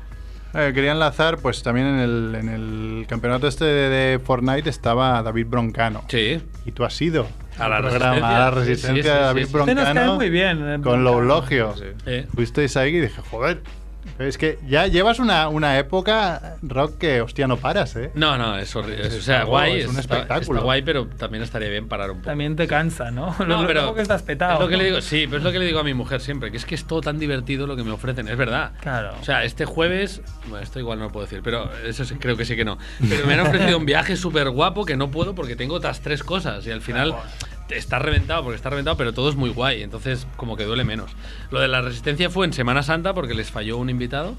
[SPEAKER 2] Eh, quería enlazar, pues también en el, en el campeonato este de, de Fortnite estaba David Broncano.
[SPEAKER 7] Sí.
[SPEAKER 2] Y tú has ido
[SPEAKER 7] A la
[SPEAKER 2] al programa, a la
[SPEAKER 7] Resistencia.
[SPEAKER 2] resistencia
[SPEAKER 7] Sí, sí,
[SPEAKER 2] de
[SPEAKER 7] sí,
[SPEAKER 2] David
[SPEAKER 7] sí, sí.
[SPEAKER 1] Usted nos
[SPEAKER 2] Broncano.
[SPEAKER 1] cae muy bien, eh,
[SPEAKER 2] Con lo
[SPEAKER 1] Broncano.
[SPEAKER 2] elogio.
[SPEAKER 7] Eh,
[SPEAKER 2] Fuisteis ahí y dije, joder. Es que ya llevas una, una época, Rock, que hostia, no paras, ¿eh?
[SPEAKER 7] No, no, es horrible.
[SPEAKER 2] Es
[SPEAKER 7] o sea,
[SPEAKER 2] algo-
[SPEAKER 7] guay.
[SPEAKER 2] es un
[SPEAKER 7] está-
[SPEAKER 2] espectáculo.
[SPEAKER 7] está guay, pero también estaría bien parar un poco.
[SPEAKER 1] También te cansa, ¿no? Lo-
[SPEAKER 7] No,
[SPEAKER 1] lo
[SPEAKER 7] pero
[SPEAKER 1] poco que estás petado.
[SPEAKER 7] Es lo que
[SPEAKER 1] ¿no?
[SPEAKER 7] le digo, sí, pero es lo que le digo a mi mujer siempre, que es que es todo tan divertido lo que me ofrecen, es verdad.
[SPEAKER 1] Claro.
[SPEAKER 7] O sea, este jueves, bueno, esto igual no lo puedo decir, pero eso sí, creo que sí que no. Pero me han ofrecido un viaje súper guapo que no puedo porque tengo otras tres cosas y al final te- está reventado porque está reventado, pero todo es muy guay, entonces como que duele menos. Lo de la resistencia fue en Semana Santa porque les falló un invitado.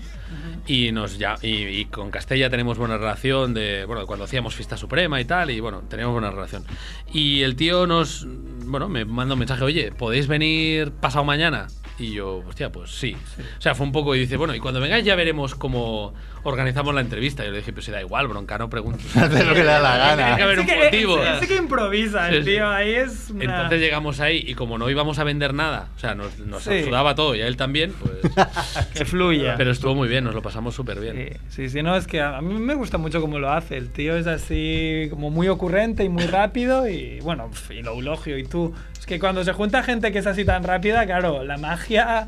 [SPEAKER 7] Y, nos ya, y, y con Castella tenemos buena relación de, bueno, cuando hacíamos Fiesta Suprema y tal, y bueno, teníamos buena relación. Y el tío nos, bueno, me manda un mensaje, oye, ¿podéis venir pasado mañana? Y yo, hostia, pues sí. O sea, fue un poco, y dice, bueno, y cuando vengáis ya veremos cómo organizamos la entrevista. Y yo le dije, pues si da igual, bronca, no pregunto.
[SPEAKER 2] Haces lo que le da la
[SPEAKER 7] Tiene que
[SPEAKER 2] gana.
[SPEAKER 7] haber un
[SPEAKER 1] Sí que-
[SPEAKER 7] motivo.
[SPEAKER 1] sí- sí que improvisa
[SPEAKER 7] Sí,
[SPEAKER 1] el
[SPEAKER 7] sí.
[SPEAKER 1] tío, ahí es una...
[SPEAKER 7] Entonces llegamos ahí y como no íbamos a vender nada, o sea, nos, nos
[SPEAKER 1] Sí.
[SPEAKER 7] sudaba todo y a él también, pues...
[SPEAKER 1] que fluya.
[SPEAKER 7] pero estuvo muy bien, nos lo pasamos súper bien.
[SPEAKER 1] Sí, sí, sí, no, es que a a mí me gusta mucho cómo lo hace. El tío es así como muy ocurrente y muy rápido y bueno, pf, y lo elogio y tú. Es que cuando se junta gente que es así tan rápida, claro, la magia...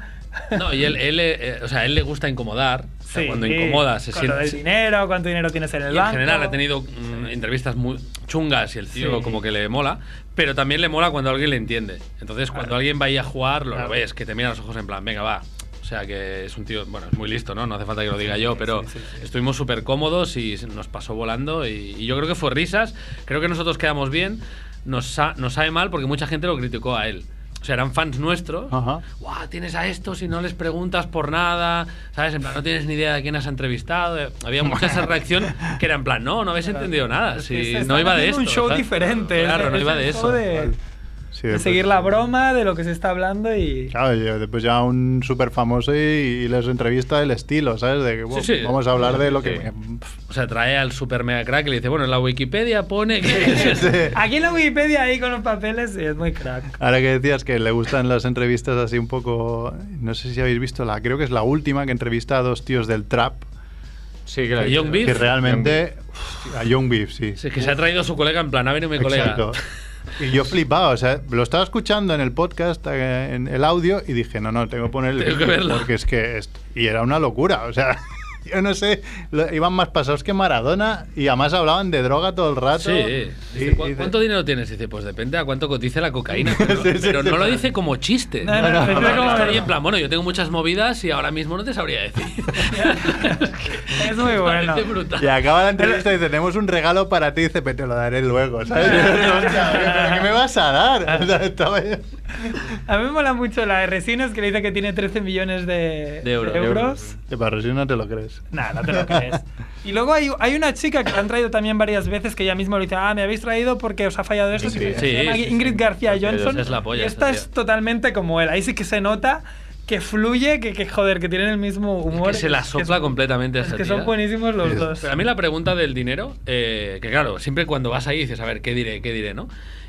[SPEAKER 7] No, y él, él, eh, eh, o sea, a él le gusta incomodar. O sea, cuando incomoda se
[SPEAKER 1] con
[SPEAKER 7] siente.
[SPEAKER 1] lo del dinero, cuánto dinero tienes en el
[SPEAKER 7] y en
[SPEAKER 1] banco.
[SPEAKER 7] general ha tenido mm, entrevistas muy chungas y el tío
[SPEAKER 1] Sí.
[SPEAKER 7] como que le mola, pero también le mola cuando alguien le entiende. Entonces, cuando alguien va ahí a jugar, lo, lo ves, que te mira a los ojos en plan, venga, va. O sea, que es un tío, bueno, es muy listo, ¿no? No hace falta que lo diga yo, pero estuvimos súper cómodos y se- nos pasó volando y, y yo creo que fue risas, creo que nosotros quedamos bien, nos, sa- nos sabe mal porque mucha gente lo criticó a él. O sea, eran fans nuestros,
[SPEAKER 2] Ajá.
[SPEAKER 7] Guau, tienes a estos y no les preguntas por nada, ¿sabes? En plan, no tienes ni idea de quién has entrevistado. eh, Había mucha esa reacción que era en plan, no, no habéis entendido nada.
[SPEAKER 1] Sí,
[SPEAKER 7] Si
[SPEAKER 1] se
[SPEAKER 7] Ah, no
[SPEAKER 1] están
[SPEAKER 7] iba de
[SPEAKER 1] haciendo
[SPEAKER 7] esto.
[SPEAKER 1] un show
[SPEAKER 7] ¿sabes?
[SPEAKER 1] diferente.
[SPEAKER 7] Claro,
[SPEAKER 1] es-
[SPEAKER 7] no
[SPEAKER 1] es
[SPEAKER 7] iba
[SPEAKER 1] el
[SPEAKER 7] de
[SPEAKER 1] show
[SPEAKER 7] eso.
[SPEAKER 1] De,
[SPEAKER 2] Sí,
[SPEAKER 1] de
[SPEAKER 2] después-
[SPEAKER 1] seguir la broma, de lo que se está hablando y...
[SPEAKER 2] Claro, y después ya un súper famoso y, y les entrevista el estilo, ¿sabes? De que bueno,
[SPEAKER 7] sí.
[SPEAKER 2] vamos a hablar de lo que.
[SPEAKER 7] O sea, trae al super mega crack y le dice, bueno, en la Wikipedia pone que.
[SPEAKER 2] Sí.
[SPEAKER 1] Aquí en la Wikipedia, ahí con los papeles, sí, es muy crack.
[SPEAKER 2] Ahora que decías que le gustan las entrevistas así un poco. No sé si habéis visto la. Creo que es la última que entrevista a dos tíos del trap.
[SPEAKER 3] Sí, que la he
[SPEAKER 7] ¿El
[SPEAKER 3] visto.
[SPEAKER 7] Young Beef?
[SPEAKER 2] Que realmente. Uf, a Young Beef, sí.
[SPEAKER 7] Sí, que se ha traído su colega en plan, ha venido mi colega.
[SPEAKER 2] Exacto. Y yo flipaba, o sea, lo estaba escuchando en el podcast, eh, en el audio, y dije, no, no, tengo que poner el
[SPEAKER 7] Tengo que
[SPEAKER 2] vídeo,
[SPEAKER 7] verlo.
[SPEAKER 2] Porque es que. es- Y era una locura, o sea. Yo no sé, lo- iban más pasados que Maradona y además hablaban de droga todo el rato.
[SPEAKER 7] Sí.
[SPEAKER 2] Y-
[SPEAKER 7] Dice, "¿Cu-
[SPEAKER 2] y dice-
[SPEAKER 7] ¿Cuánto dinero tienes? Dice, pues depende a cuánto cotice la cocaína. Pero,
[SPEAKER 2] Sí, sí,
[SPEAKER 7] pero
[SPEAKER 2] sí,
[SPEAKER 7] no lo
[SPEAKER 2] sí.
[SPEAKER 7] dice como chiste.
[SPEAKER 1] No, no, no,
[SPEAKER 7] Pero
[SPEAKER 1] no, no,
[SPEAKER 7] está
[SPEAKER 1] no.
[SPEAKER 7] ahí en plan, bueno, yo tengo muchas movidas y ahora mismo no te sabría decir.
[SPEAKER 1] Es muy bueno.
[SPEAKER 7] Parece brutal.
[SPEAKER 2] Y acaba la entrevista y dice, tenemos un regalo para ti. Y dice, pero te lo daré luego, ¿sabes? O sea, ¿Pero qué me vas a dar? O sea, estaba yo-
[SPEAKER 1] A mí me mola mucho la de Resinos que le dice que tiene 13 millones de,
[SPEAKER 7] De euros.
[SPEAKER 2] Que para Rosy no te lo crees.
[SPEAKER 1] Nada, no te lo crees. Y luego hay, hay una chica que la han traído también varias veces que ella misma le dice, ah, me habéis traído porque os ha fallado esto.
[SPEAKER 2] Sí,
[SPEAKER 1] Se llama
[SPEAKER 7] sí, sí, sí.
[SPEAKER 1] Ingrid García
[SPEAKER 7] García
[SPEAKER 1] Johnson.
[SPEAKER 7] Johnson es la polla,
[SPEAKER 1] y esta
[SPEAKER 7] esa
[SPEAKER 1] es
[SPEAKER 7] tía.
[SPEAKER 1] totalmente como él. Ahí sí que se nota que fluye, que, que joder, que tienen el mismo humor.
[SPEAKER 7] que se la
[SPEAKER 1] Es
[SPEAKER 7] sopla
[SPEAKER 1] es-
[SPEAKER 7] completamente a
[SPEAKER 1] Es
[SPEAKER 7] esa
[SPEAKER 1] que
[SPEAKER 7] tía.
[SPEAKER 1] son buenísimos los
[SPEAKER 2] Sí.
[SPEAKER 1] dos.
[SPEAKER 7] Pero a mí la pregunta del dinero, eh, que claro, siempre cuando vas ahí dices, a ver, ¿qué diré? ¿Qué diré? ¿No?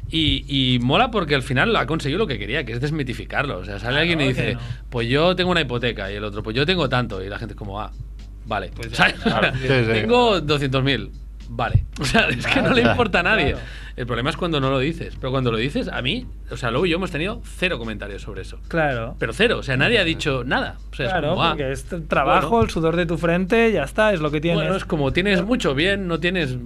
[SPEAKER 7] Y, y mola porque al final ha conseguido lo que quería, que es desmitificarlo. O sea, sale alguien y
[SPEAKER 1] que
[SPEAKER 7] dice,
[SPEAKER 1] no.
[SPEAKER 7] pues yo tengo una hipoteca y el otro, pues yo tengo tanto. Y la gente es como, ah, vale. ¿Sabes?
[SPEAKER 2] claro. Sí, sí.
[SPEAKER 7] tengo 200.000. vale. O sea, es que no le
[SPEAKER 2] Claro.
[SPEAKER 7] importa a nadie. El problema es cuando no lo dices. Pero cuando lo dices, a mí, o sea, luego yo hemos tenido cero comentarios sobre eso.
[SPEAKER 1] Claro.
[SPEAKER 7] Pero cero, o sea, nadie ha dicho nada. O sea, es
[SPEAKER 1] Claro,
[SPEAKER 7] como, ah,
[SPEAKER 1] porque es trabajo,
[SPEAKER 7] bueno.
[SPEAKER 1] el sudor de tu frente, ya está, es lo que tienes.
[SPEAKER 7] Bueno, es como tienes mucho bien, no tienes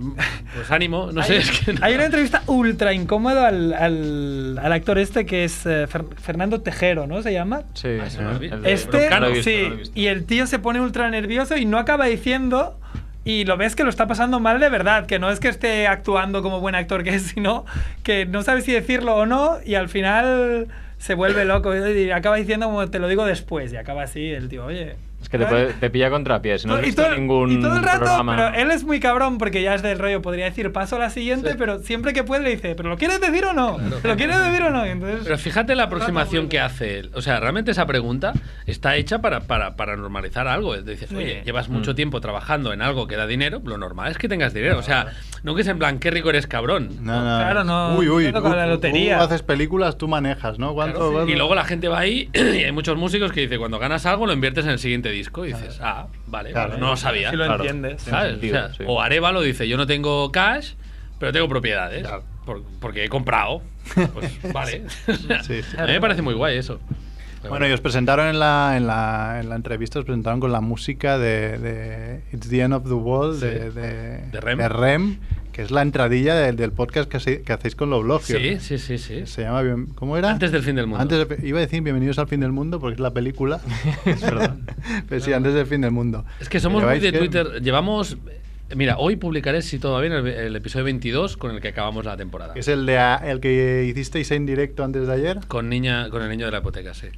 [SPEAKER 7] pues ánimo, no sé,
[SPEAKER 1] hay,
[SPEAKER 7] es que no.
[SPEAKER 1] hay una entrevista ultra incómoda al, al- al actor este que es eh, Fer- Fernando Tejero, ¿no? Se llama.
[SPEAKER 3] Sí.
[SPEAKER 7] Ah, eso no lo vi.
[SPEAKER 3] el de-
[SPEAKER 1] Este,
[SPEAKER 3] no lo he visto,
[SPEAKER 1] sí,
[SPEAKER 3] no lo he visto.
[SPEAKER 1] y el tío se pone ultra nervioso y no acaba diciendo y lo ves que lo está pasando mal de verdad, que no es que esté actuando como buen actor que es, sino que no sabe si decirlo o no y al final se vuelve loco y acaba diciendo como te lo digo después y acaba así el tío, oye.
[SPEAKER 3] Es que te, puede- te pilla contra pies. No has
[SPEAKER 1] y
[SPEAKER 3] visto
[SPEAKER 1] todo,
[SPEAKER 3] ningún
[SPEAKER 1] y todo el rato,
[SPEAKER 3] programa.
[SPEAKER 1] pero él es muy cabrón porque ya es del rollo, podría decir paso a la siguiente, pero siempre que puede le dice, ¿pero lo quieres decir o no? ¿Lo quieres decir o no? Y entonces,
[SPEAKER 7] Pero fíjate la aproximación que hace él. O sea, realmente esa pregunta está hecha para, para, para normalizar algo. Él Dices, oye, llevas
[SPEAKER 1] Mm.
[SPEAKER 7] mucho tiempo trabajando en algo que da dinero, lo normal es que tengas dinero. O sea, no que es en plan, qué rico eres cabrón.
[SPEAKER 2] No, no.
[SPEAKER 1] Claro, no,
[SPEAKER 2] Uy, uy.
[SPEAKER 1] no toca
[SPEAKER 2] tú-
[SPEAKER 1] la lotería.
[SPEAKER 2] Tú haces películas, tú manejas, ¿no? ¿Cuánto? cuánto?
[SPEAKER 7] Y luego la gente va ahí y hay muchos músicos que dicen, cuando ganas algo lo inviertes en el siguiente disco. Y dices, ah, vale,
[SPEAKER 2] Claro.
[SPEAKER 7] pues no lo sabía.
[SPEAKER 1] si lo
[SPEAKER 2] claro.
[SPEAKER 1] entiendes.
[SPEAKER 3] Tiene
[SPEAKER 7] ¿sabes?
[SPEAKER 3] sentido,
[SPEAKER 7] o, sea,
[SPEAKER 3] sí.
[SPEAKER 7] o Arevalo dice, yo no tengo cash, pero tengo propiedades. por- porque he comprado. Pues vale.
[SPEAKER 2] Sí, sí.
[SPEAKER 7] A mí me parece muy guay eso.
[SPEAKER 2] Bueno, y os presentaron en la, en, la, en la entrevista, os presentaron con la música de, de It's the End of the World de, de,
[SPEAKER 7] De Rem.
[SPEAKER 2] Rem, que es la entradilla del, del podcast que, hace- que hacéis con los blogios.
[SPEAKER 7] Sí, sí, sí, sí.
[SPEAKER 2] Se llama bien- ¿Cómo era?
[SPEAKER 7] Antes del fin del mundo.
[SPEAKER 2] Antes de- iba a decir Bienvenidos al fin del mundo porque es la película. es verdad. Pero sí, antes del fin del mundo.
[SPEAKER 7] Es que somos muy
[SPEAKER 2] Lleváis
[SPEAKER 7] de
[SPEAKER 2] que-
[SPEAKER 7] Twitter. Llevamos. Mira, hoy publicaré, si todo va bien, el, el episodio 22 con el que acabamos la temporada.
[SPEAKER 2] que Es el de a- el que hicisteis en directo antes de ayer.
[SPEAKER 7] Con, niña, con el niño de la hipoteca, sí.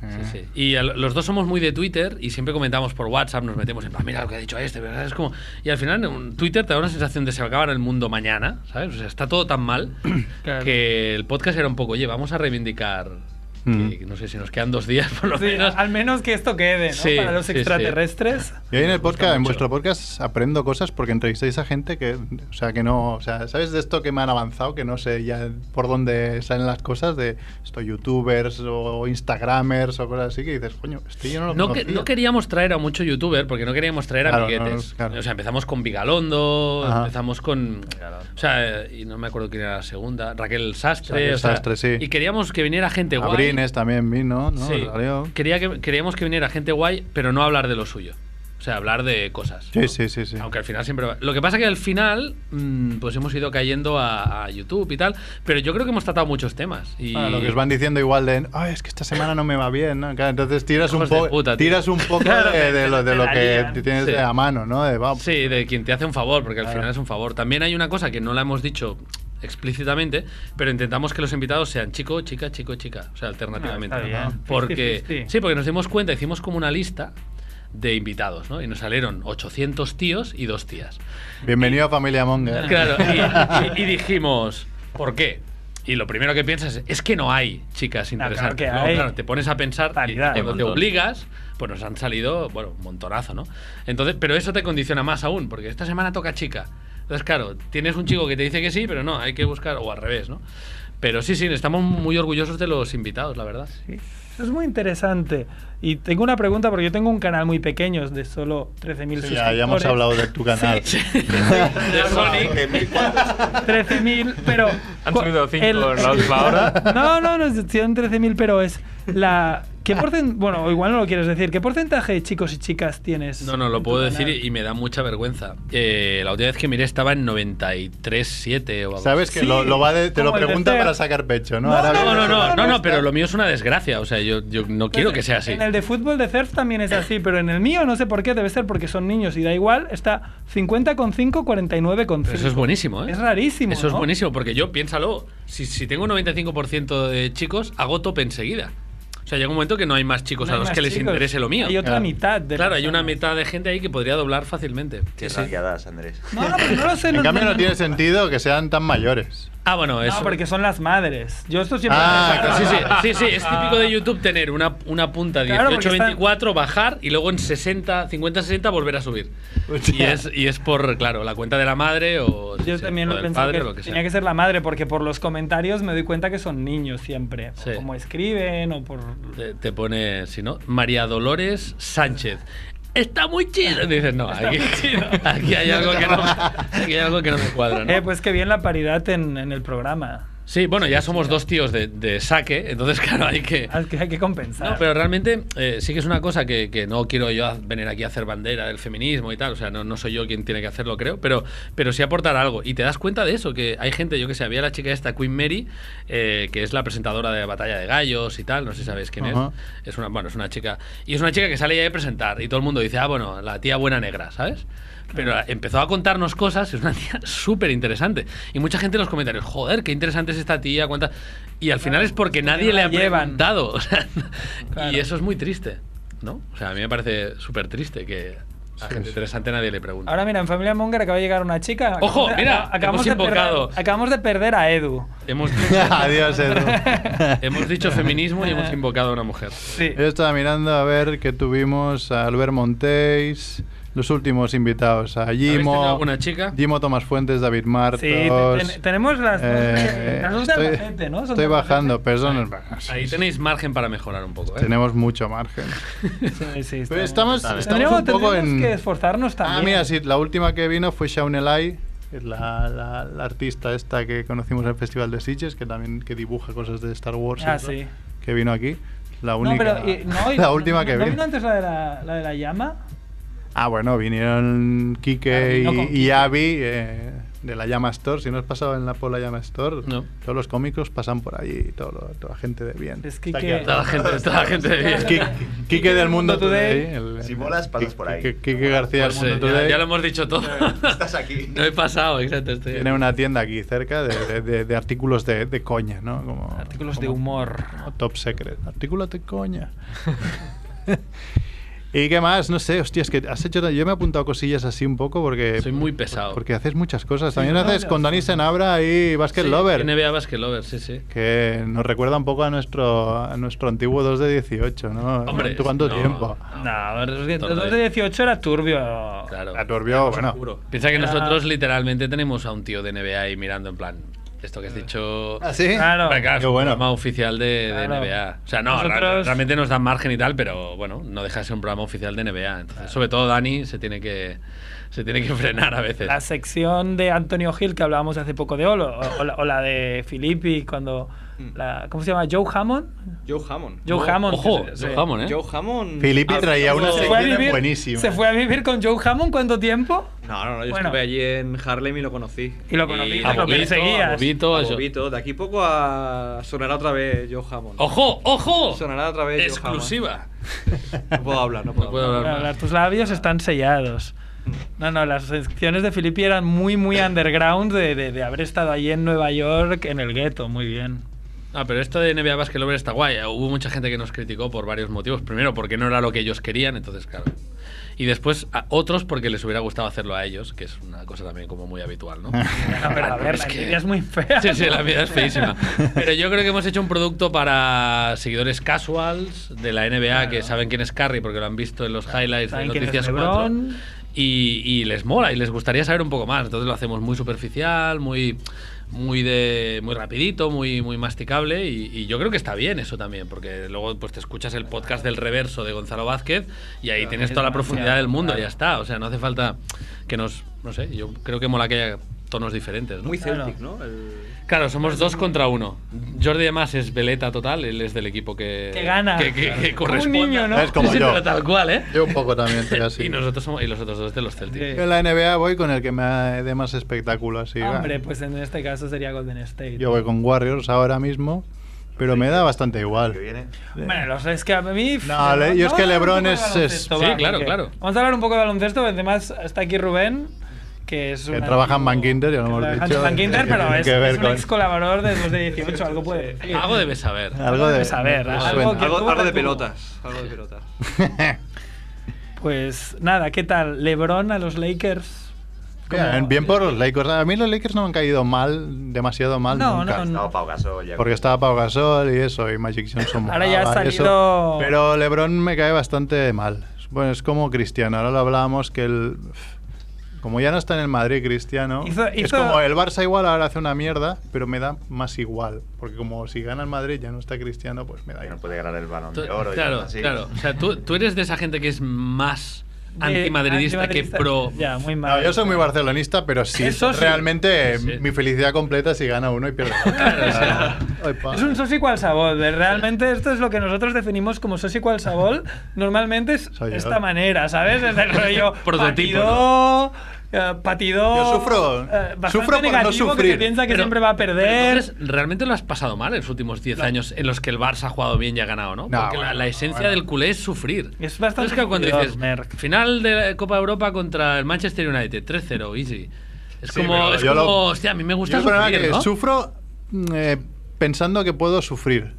[SPEAKER 7] Sí,
[SPEAKER 2] Eh.
[SPEAKER 7] sí. Y a lo- los dos somos muy de Twitter y siempre comentamos por WhatsApp, nos metemos en plan, mira lo que ha dicho este, ¿verdad? Es como... Y al final un Twitter te da una sensación de se va a acabar el mundo mañana, ¿sabes? O sea, está todo tan mal
[SPEAKER 1] Claro.
[SPEAKER 7] que el podcast era un poco, oye, vamos a reivindicar, que
[SPEAKER 2] Mm.
[SPEAKER 7] no sé si nos quedan dos días por lo
[SPEAKER 1] Sí,
[SPEAKER 7] menos.
[SPEAKER 1] al menos que esto quede, ¿no?
[SPEAKER 7] Sí,
[SPEAKER 1] Para los
[SPEAKER 7] sí, sí.
[SPEAKER 1] extraterrestres.
[SPEAKER 2] Yo ahí en el podcast, en
[SPEAKER 7] mucho.
[SPEAKER 2] vuestro podcast aprendo cosas porque entrevistáis a gente que, o sea, que no, o sea, ¿sabes de esto que me han avanzado? Que no sé ya por dónde salen las cosas de esto, youtubers o instagramers o cosas así que dices, coño, este yo no lo
[SPEAKER 7] No, que-
[SPEAKER 2] conocía".
[SPEAKER 7] no queríamos traer a mucho youtuber porque no queríamos traer
[SPEAKER 2] Claro,
[SPEAKER 7] amiguetes.
[SPEAKER 2] no, claro.
[SPEAKER 7] O sea, empezamos con Vigalondo,
[SPEAKER 2] Ajá.
[SPEAKER 7] empezamos con. O sea, eh, y no me acuerdo quién era la segunda, Raquel Sastre.
[SPEAKER 2] Raquel
[SPEAKER 7] o sea,
[SPEAKER 2] Sastre, sí.
[SPEAKER 7] Y queríamos que viniera gente guay.
[SPEAKER 2] Abrines también vino, ¿no?
[SPEAKER 7] Sí.
[SPEAKER 2] Salió.
[SPEAKER 7] Quería que, queríamos que viniera gente guay, pero no hablar de lo suyo. O sea, hablar de cosas.
[SPEAKER 2] Sí,
[SPEAKER 7] ¿no?
[SPEAKER 2] sí, sí, sí.
[SPEAKER 7] Aunque al final siempre va- Lo que pasa que al final, mm, pues hemos ido cayendo a, a YouTube y tal, pero yo creo que hemos tratado muchos temas. Y
[SPEAKER 2] Bueno, Ah, lo que os van diciendo igual de, ay, es que esta semana no me va bien, ¿no? Claro, entonces tiras un,
[SPEAKER 7] Hijos de
[SPEAKER 2] poco
[SPEAKER 7] puta, tío.
[SPEAKER 2] tiras un poco
[SPEAKER 1] Claro,
[SPEAKER 2] de, de lo, de lo
[SPEAKER 1] te la
[SPEAKER 2] que
[SPEAKER 1] lían.
[SPEAKER 2] tienes
[SPEAKER 7] Sí.
[SPEAKER 2] a mano, ¿no? De, va,
[SPEAKER 7] Sí, de quien te hace un favor, porque al final es un favor. También hay una cosa que no la hemos dicho explícitamente, pero intentamos que los invitados sean chico, chica, chico, chica, o sea, alternativamente.
[SPEAKER 1] Ah, está
[SPEAKER 7] ¿no?
[SPEAKER 1] bien.
[SPEAKER 7] Porque
[SPEAKER 1] 50-50.
[SPEAKER 7] sí, porque nos dimos cuenta, hicimos como una lista de invitados, ¿no? Y nos salieron 800 tíos y dos tías.
[SPEAKER 2] bienvenido a Familia Monger.
[SPEAKER 7] Claro, y, y- y dijimos, ¿por qué? Y lo primero que piensas es, "Es que no hay chicas
[SPEAKER 1] Ah, claro
[SPEAKER 7] interesantes.
[SPEAKER 1] que
[SPEAKER 7] Luego,
[SPEAKER 1] hay.
[SPEAKER 7] claro, te pones a pensar y
[SPEAKER 1] Variedad.
[SPEAKER 7] cuando
[SPEAKER 3] Hay
[SPEAKER 7] te
[SPEAKER 3] montón.
[SPEAKER 7] obligas, pues nos han salido, bueno, un montonazo, ¿no? Entonces, pero eso te condiciona más aún, porque esta semana toca chica. Entonces, claro, tienes un chico que te dice que sí, pero no, hay que buscar, o al revés, ¿no? Pero sí, sí, estamos muy orgullosos de los invitados, la verdad.
[SPEAKER 1] Sí. Eso es muy interesante. Y tengo una pregunta, porque yo tengo un canal muy pequeño, es de solo 13.000
[SPEAKER 2] Sí,
[SPEAKER 1] suscriptores.
[SPEAKER 2] ya, ya hemos hablado de tu canal.
[SPEAKER 7] De Sonic.
[SPEAKER 1] 13.000, pero...
[SPEAKER 3] Han
[SPEAKER 1] cu-
[SPEAKER 3] subido 5 en
[SPEAKER 1] el-
[SPEAKER 3] la última hora.
[SPEAKER 1] No, no, no, son 13.000, pero es la... ¿Qué porcentaje? Bueno, igual no lo quieres decir. ¿Qué porcentaje de chicos y chicas tienes?
[SPEAKER 7] No, no,
[SPEAKER 1] en
[SPEAKER 7] lo
[SPEAKER 1] tu
[SPEAKER 7] puedo
[SPEAKER 1] canal?
[SPEAKER 7] decir y y me da mucha vergüenza. Eh, la última vez que miré estaba en 93.7 o algo
[SPEAKER 2] Sabes que
[SPEAKER 1] Sí,
[SPEAKER 2] lo, lo va de- te lo
[SPEAKER 1] como el
[SPEAKER 2] preguntan
[SPEAKER 1] tercero.
[SPEAKER 2] para sacar pecho, ¿no?
[SPEAKER 1] No,
[SPEAKER 2] Ahora
[SPEAKER 7] No,
[SPEAKER 2] viene-
[SPEAKER 7] no, no, no,
[SPEAKER 1] no,
[SPEAKER 7] no, pero lo mío es una desgracia. O sea, yo, yo no quiero que sea así.
[SPEAKER 1] pues, En el de fútbol de surf también es así, pero en el mío no sé por qué, debe ser porque son niños y da igual, está 50,5, 49,5.
[SPEAKER 7] Eso es buenísimo, ¿eh?
[SPEAKER 1] Es rarísimo.
[SPEAKER 7] Eso es
[SPEAKER 1] ¿no?
[SPEAKER 7] buenísimo, porque yo, piénsalo, si, si tengo un 95% de chicos, hago tope enseguida. O sea, llega un momento que no hay más chicos
[SPEAKER 1] No
[SPEAKER 7] a
[SPEAKER 1] hay
[SPEAKER 7] los
[SPEAKER 1] más
[SPEAKER 7] que les
[SPEAKER 1] chicos.
[SPEAKER 7] interese lo mío.
[SPEAKER 1] Hay otra
[SPEAKER 2] Claro.
[SPEAKER 1] mitad. De
[SPEAKER 7] Claro, hay una
[SPEAKER 1] personas.
[SPEAKER 7] mitad de gente ahí que podría doblar fácilmente.
[SPEAKER 5] Qué
[SPEAKER 7] Sí, sí.
[SPEAKER 5] raquiadas, Andrés.
[SPEAKER 1] No, no, porque no lo sé.
[SPEAKER 2] En cambio, no tiene sentido que sean tan mayores.
[SPEAKER 7] Ah, bueno, eso.
[SPEAKER 1] No, porque son las madres. Yo esto siempre.
[SPEAKER 2] Ah,
[SPEAKER 7] Ah, sí, sí, sí, sí, es típico de YouTube tener una, una punta
[SPEAKER 1] Claro, porque
[SPEAKER 7] 18-24, bajar y luego en 60, 50-60 volver a subir. Y es, y es por, claro, la cuenta de la madre o,
[SPEAKER 1] Yo
[SPEAKER 7] sí,
[SPEAKER 1] también
[SPEAKER 7] o
[SPEAKER 1] lo
[SPEAKER 7] del
[SPEAKER 1] pensé
[SPEAKER 7] padre
[SPEAKER 1] que
[SPEAKER 7] o lo que sea.
[SPEAKER 1] tenía que ser la madre, porque por los comentarios me doy cuenta que son niños siempre.
[SPEAKER 7] Sí.
[SPEAKER 1] Como escriben o por.
[SPEAKER 7] Te, te pone, si no, María Dolores Sánchez. está muy chido. Y dices, no, aquí, aquí hay, algo que no, aquí hay algo que no me cuadra. ¿no?
[SPEAKER 1] Eh, pues qué bien la paridad en, en el programa.
[SPEAKER 7] Sí, bueno, ya somos dos tíos de, de saque, entonces claro, hay que...
[SPEAKER 1] Hay que, hay que compensar.
[SPEAKER 7] No, pero realmente eh, sí que es una cosa que, que no quiero yo a- venir aquí a hacer bandera del feminismo y tal, o sea, no, no soy yo quien tiene que hacerlo, creo, pero, pero sí aportar algo. Y te das cuenta de eso, que hay gente, yo que sé, había la chica esta, Queen Mary, eh, que es la presentadora de Batalla de Gallos y tal, no sé si sabéis quién
[SPEAKER 2] Ajá.
[SPEAKER 7] es. Es una, bueno, es una chica. Y es una chica que sale ya de presentar y todo el mundo dice, ah, bueno, la tía buena negra, ¿sabes? Pero empezó a contarnos cosas, es una tía súper interesante. Y mucha gente en los comentarios, joder, qué interesante es esta tía, cuánta... Y al final es porque
[SPEAKER 1] la
[SPEAKER 7] nadie le ha
[SPEAKER 1] llevan.
[SPEAKER 7] preguntado. o sea,
[SPEAKER 1] Claro.
[SPEAKER 7] Y eso es muy triste, ¿no? O sea, a mí me parece súper triste que a gente interesante nadie le pregunte.
[SPEAKER 1] Ahora mira, en Familia Monger acaba de llegar una chica.
[SPEAKER 7] Ojo,
[SPEAKER 1] Acabamos de-
[SPEAKER 7] mira,
[SPEAKER 1] aca-
[SPEAKER 7] hemos
[SPEAKER 1] de perder,
[SPEAKER 7] invocado.
[SPEAKER 1] acabamos de perder a Edu.
[SPEAKER 7] hemos,
[SPEAKER 2] Adiós, Edu.
[SPEAKER 7] hemos dicho feminismo y hemos invocado a una mujer.
[SPEAKER 1] Sí.
[SPEAKER 2] Yo estaba mirando a ver que tuvimos a Albert Montéis, los últimos invitados, a
[SPEAKER 7] tenido
[SPEAKER 2] Jimo,
[SPEAKER 7] alguna chica?
[SPEAKER 2] Jimo Tomás Fuentes, David Martos.
[SPEAKER 1] Sí, te- ten- tenemos las dos,
[SPEAKER 2] eh,
[SPEAKER 1] de- las dos de
[SPEAKER 2] estoy,
[SPEAKER 1] Albacete, ¿no? Son
[SPEAKER 2] estoy
[SPEAKER 1] de Albacete.
[SPEAKER 2] bajando, perdón.
[SPEAKER 7] Ahí tenéis margen para mejorar un poco, ¿eh?
[SPEAKER 2] Tenemos mucho margen.
[SPEAKER 1] Sí, sí,
[SPEAKER 2] Pero
[SPEAKER 1] estamos-
[SPEAKER 2] estamos,
[SPEAKER 3] Estamos
[SPEAKER 2] estamos un poco
[SPEAKER 1] tendríamos
[SPEAKER 2] en...
[SPEAKER 1] que esforzarnos también.
[SPEAKER 2] Ah, mira, sí, la última que vino fue Shaun Elai, que es la, la- la artista esta que conocimos en el Festival de Sitges, que también que dibuja cosas de Star Wars. y
[SPEAKER 1] Ah,
[SPEAKER 2] eso,
[SPEAKER 1] sí.
[SPEAKER 2] Que vino aquí. La
[SPEAKER 1] No,
[SPEAKER 2] única.
[SPEAKER 1] pero, y- no, y-
[SPEAKER 2] la última
[SPEAKER 1] no-
[SPEAKER 2] que
[SPEAKER 1] ¿no
[SPEAKER 2] vino.
[SPEAKER 1] vino antes la de la, la de la llama?
[SPEAKER 2] Ah, bueno, vinieron
[SPEAKER 1] Ah,
[SPEAKER 2] Kike
[SPEAKER 1] vino
[SPEAKER 2] y,
[SPEAKER 1] con
[SPEAKER 2] y
[SPEAKER 1] Quique.
[SPEAKER 2] Avi eh, de la Llama Store. Si no has pasado en la Pola Llama Store,
[SPEAKER 7] No.
[SPEAKER 2] todos los cómicos pasan por allí, todo lo- toda la gente de bien.
[SPEAKER 1] Es
[SPEAKER 2] Está aquí
[SPEAKER 1] Quique-
[SPEAKER 2] al
[SPEAKER 7] Toda
[SPEAKER 2] lado.
[SPEAKER 7] la gente, toda la gente de
[SPEAKER 2] Es
[SPEAKER 7] bien.
[SPEAKER 2] Quique, Quique del Mundo Today. el-
[SPEAKER 5] Si volas, pasas
[SPEAKER 2] Quique-
[SPEAKER 5] por ahí.
[SPEAKER 2] Quique, Quique García
[SPEAKER 7] Pues,
[SPEAKER 2] del
[SPEAKER 7] eh,
[SPEAKER 2] Mundo
[SPEAKER 7] ya,
[SPEAKER 2] Today.
[SPEAKER 7] ya lo hemos dicho todo.
[SPEAKER 5] Estás aquí.
[SPEAKER 7] No he pasado, exacto. estoy-
[SPEAKER 1] Este,
[SPEAKER 2] Tiene una tienda aquí cerca de, de- de- de artículos de, de coña, ¿no? Como,
[SPEAKER 1] Artículos de
[SPEAKER 2] como-
[SPEAKER 1] humor.
[SPEAKER 2] como top secret. Artículo de coña. ¿Y qué más? No sé, hostia, es que has hecho. Yo me he apuntado cosillas así un poco porque.
[SPEAKER 7] Soy muy pesado.
[SPEAKER 2] Porque haces muchas cosas. También
[SPEAKER 1] ¿no?
[SPEAKER 2] haces con Dani Senabra y Basket
[SPEAKER 7] Sí,
[SPEAKER 2] Lover.
[SPEAKER 7] NBA Basket Lover, sí, sí.
[SPEAKER 2] Que nos recuerda un poco a nuestro, a nuestro antiguo 2 de 18, ¿no?
[SPEAKER 7] Hombre,
[SPEAKER 2] ¿Cuánto, cuánto
[SPEAKER 7] no,
[SPEAKER 2] tiempo?
[SPEAKER 1] No, a ver, es que el
[SPEAKER 7] Torre.
[SPEAKER 1] 2 de 18 era turbio.
[SPEAKER 7] Claro.
[SPEAKER 2] La turbio, bueno.
[SPEAKER 7] Piensa que
[SPEAKER 1] Era-
[SPEAKER 7] nosotros literalmente tenemos a un tío de NBA ahí mirando en plan, esto que has dicho...
[SPEAKER 2] ¿Ah, sí?
[SPEAKER 1] Claro.
[SPEAKER 7] Hombre, claro,
[SPEAKER 2] Qué
[SPEAKER 7] es un
[SPEAKER 2] bueno.
[SPEAKER 7] programa oficial de, de
[SPEAKER 1] Claro.
[SPEAKER 7] NBA. O sea, no,
[SPEAKER 1] Nosotros-
[SPEAKER 7] ra- realmente nos dan margen y tal, pero bueno, no deja de ser un programa oficial de NBA. Entonces, sobre todo Dani se tiene que se tiene que frenar a veces.
[SPEAKER 1] La sección de Antonio Gil que hablábamos hace poco de Olo, o, o la, o la de Filippi cuando.
[SPEAKER 2] Mm.
[SPEAKER 1] La, ¿Cómo se llama? ¿Joe Hammond?
[SPEAKER 4] Joe Hammond.
[SPEAKER 1] Oh, Joe Hammond.
[SPEAKER 7] Ojo,
[SPEAKER 1] que se-
[SPEAKER 7] Joe
[SPEAKER 1] se-
[SPEAKER 7] Hammond, ¿eh?
[SPEAKER 4] Joe Hammond.
[SPEAKER 2] Filippi
[SPEAKER 4] Ah,
[SPEAKER 2] traía una
[SPEAKER 4] no,
[SPEAKER 1] ¿Se fue, a
[SPEAKER 2] sección
[SPEAKER 1] vivir,
[SPEAKER 2] buenísima.
[SPEAKER 1] ¿Se fue a vivir con Joe Hammond cuánto tiempo?
[SPEAKER 4] No, no, no, yo
[SPEAKER 1] Bueno.
[SPEAKER 4] estuve allí en Harlem y lo conocí.
[SPEAKER 1] Y lo conocí,
[SPEAKER 7] A
[SPEAKER 1] lo
[SPEAKER 7] Bobito,
[SPEAKER 1] perseguías.
[SPEAKER 7] a Bobito,
[SPEAKER 4] A
[SPEAKER 7] eso.
[SPEAKER 4] Bobito. De aquí poco a... sonará otra vez Joe Hammond.
[SPEAKER 7] ¡Ojo, ojo!
[SPEAKER 4] Sonará otra
[SPEAKER 2] ¿eh?
[SPEAKER 4] vez Joe Hammond.
[SPEAKER 7] Exclusiva.
[SPEAKER 4] No puedo hablar, no puedo,
[SPEAKER 7] No puedo
[SPEAKER 4] hablar.
[SPEAKER 7] hablar.
[SPEAKER 1] Claro, Tus labios están sellados. No, no, las secciones de Filippi eran muy, muy underground de, de- de haber estado allí en Nueva York, en el gueto, muy bien.
[SPEAKER 7] Ah, pero esto de NBA Basket Lover está guay. Hubo mucha gente que nos criticó por varios motivos. Primero, porque no era lo que ellos querían, entonces, claro. Y después, a otros porque les hubiera gustado hacerlo a ellos, que es una cosa también como muy habitual, ¿no?
[SPEAKER 1] No, pero a ver,
[SPEAKER 7] Es
[SPEAKER 1] la
[SPEAKER 7] que-
[SPEAKER 1] envidia es muy fea.
[SPEAKER 7] Sí, sí, la vida es feísima. Pero yo creo que hemos hecho un producto para seguidores casuals de la NBA que saben quién es Curry porque lo han visto en los highlights de
[SPEAKER 1] Saben quién es
[SPEAKER 7] Noticias 4.
[SPEAKER 1] LeBron.
[SPEAKER 7] Y, y les mola y les gustaría saber un poco más. Entonces lo hacemos muy superficial, muy muy de muy rapidito, muy muy masticable y, y yo creo que está bien eso también porque luego pues te escuchas el podcast del reverso de Gonzalo Vázquez y ahí tienes toda la profundidad del mundo, ya está, o sea, no hace falta que nos no sé, yo creo que mola que haya tonos diferentes, ¿no?
[SPEAKER 4] Muy Celtic, ¿no? El-
[SPEAKER 7] Claro, somos dos contra uno. Jordi además es veleta total, él es del equipo que,
[SPEAKER 1] Que gana.
[SPEAKER 7] Que, que- que
[SPEAKER 1] Como un
[SPEAKER 7] corresponde.
[SPEAKER 1] niño, ¿no?
[SPEAKER 2] Es como
[SPEAKER 7] Sí,
[SPEAKER 2] yo.
[SPEAKER 7] pero tal cual, ¿eh?
[SPEAKER 2] Yo un poco también soy así.
[SPEAKER 7] Y nosotros somos, y los otros dos de los Celtics.
[SPEAKER 1] Sí.
[SPEAKER 2] Yo en la NBA voy con el que me dé más espectáculo, así. va.
[SPEAKER 1] Hombre, pues en este caso sería Golden State.
[SPEAKER 2] Yo voy con Warriors ahora mismo, pero me da bastante igual. Eh,
[SPEAKER 5] Que viene.
[SPEAKER 1] Bueno, los- es que a mí. pff,
[SPEAKER 2] No, le- yo
[SPEAKER 1] vamos
[SPEAKER 2] es que
[SPEAKER 1] a hablar un
[SPEAKER 2] LeBron
[SPEAKER 1] poco de
[SPEAKER 2] es-
[SPEAKER 1] baloncesto,
[SPEAKER 7] es-
[SPEAKER 1] va,
[SPEAKER 7] Sí, claro,
[SPEAKER 1] porque-
[SPEAKER 7] claro.
[SPEAKER 1] Vamos a hablar un poco de baloncesto, además está aquí Rubén, que es un.
[SPEAKER 2] Que trabaja en
[SPEAKER 1] antiguo-
[SPEAKER 2] Bankinter, ya lo
[SPEAKER 1] que
[SPEAKER 2] hemos
[SPEAKER 1] trabaja en
[SPEAKER 2] dicho,
[SPEAKER 1] Bankinter,
[SPEAKER 2] que
[SPEAKER 1] pero
[SPEAKER 2] tiene
[SPEAKER 1] es,
[SPEAKER 2] que ver
[SPEAKER 1] es un
[SPEAKER 2] con-
[SPEAKER 1] ex colaborador de 2 de 18, algo puede decir.
[SPEAKER 7] Algo debes saber.
[SPEAKER 2] Algo de.
[SPEAKER 1] Saber,
[SPEAKER 2] me
[SPEAKER 1] pues algo
[SPEAKER 2] suena.
[SPEAKER 1] que-
[SPEAKER 4] Algo,
[SPEAKER 1] tú
[SPEAKER 4] algo de
[SPEAKER 1] te-
[SPEAKER 4] pelotas. Algo de pelotas.
[SPEAKER 1] Pues nada, ¿qué tal? ¿Lebron a los Lakers? ¿Cómo-
[SPEAKER 2] Bien, bien por los Lakers. A mí los Lakers no me han caído mal, demasiado mal.
[SPEAKER 1] No,
[SPEAKER 2] nunca.
[SPEAKER 1] no, no.
[SPEAKER 5] No, Pau Gasol. ya-
[SPEAKER 2] Porque estaba Pau Gasol y eso, y Magic Johnson.
[SPEAKER 1] Ahora ya ha
[SPEAKER 2] molaba,
[SPEAKER 1] salido-
[SPEAKER 2] eso. Pero LeBron me cae bastante mal. Bueno, es como Cristiano. Ahora lo hablábamos que el. Como ya no está en el Madrid, Cristiano.
[SPEAKER 1] Hizo-
[SPEAKER 2] Es
[SPEAKER 1] hizo-
[SPEAKER 2] como el Barça igual ahora hace una mierda, pero me da más igual. Porque como si gana el Madrid ya no está Cristiano, pues me da
[SPEAKER 5] Que no
[SPEAKER 2] igual.
[SPEAKER 5] puede ganar el balón
[SPEAKER 7] Tú-
[SPEAKER 5] de oro. y
[SPEAKER 7] claro,
[SPEAKER 5] cosas así.
[SPEAKER 7] claro. O sea, tú, tú eres de esa gente que es más antimadridista,
[SPEAKER 1] antimadridista.
[SPEAKER 7] que pro.
[SPEAKER 1] Ya, muy
[SPEAKER 2] No,
[SPEAKER 1] mal.
[SPEAKER 2] yo soy muy barcelonista, pero sí,
[SPEAKER 1] Eso sí.
[SPEAKER 2] realmente
[SPEAKER 7] Sí.
[SPEAKER 2] mi felicidad completa es si gana uno y pierde otro. Ay, pa.
[SPEAKER 1] Es un sosi cual sabol. de- Realmente esto es lo que nosotros definimos como sosi cual sabol. Normalmente es
[SPEAKER 2] Soy yo.
[SPEAKER 1] esta manera, ¿sabes? Es el rollo
[SPEAKER 7] Prototipo,
[SPEAKER 1] patidó, eh, patidó.
[SPEAKER 2] Yo sufro-
[SPEAKER 1] eh, bastante
[SPEAKER 2] sufro por no
[SPEAKER 1] negativo, Que se
[SPEAKER 2] sufrir.
[SPEAKER 1] piensa que
[SPEAKER 7] Pero-
[SPEAKER 1] siempre va a
[SPEAKER 7] Pero
[SPEAKER 1] perder.
[SPEAKER 7] entonces, realmente lo has pasado mal en los últimos 10 años en los que el Barça ha jugado bien y ha ganado, ¿no?
[SPEAKER 2] No,
[SPEAKER 7] Porque la,
[SPEAKER 2] bueno,
[SPEAKER 7] la esencia
[SPEAKER 2] bueno.
[SPEAKER 7] del culé es sufrir.
[SPEAKER 1] Es bastante
[SPEAKER 7] Es que cuando
[SPEAKER 1] sufridor,
[SPEAKER 7] dices,
[SPEAKER 1] Merck.
[SPEAKER 7] final de la Copa Europa contra el Manchester United, 3-0, easy. Es
[SPEAKER 2] Sí,
[SPEAKER 7] como,
[SPEAKER 2] pero
[SPEAKER 7] es
[SPEAKER 2] yo
[SPEAKER 7] como
[SPEAKER 2] lo-
[SPEAKER 7] hostia, a mí me
[SPEAKER 2] Yo
[SPEAKER 7] gusta
[SPEAKER 2] el problema
[SPEAKER 7] sufrir,
[SPEAKER 2] que
[SPEAKER 7] ¿no?
[SPEAKER 2] sufro mm, eh, pensando que puedo sufrir.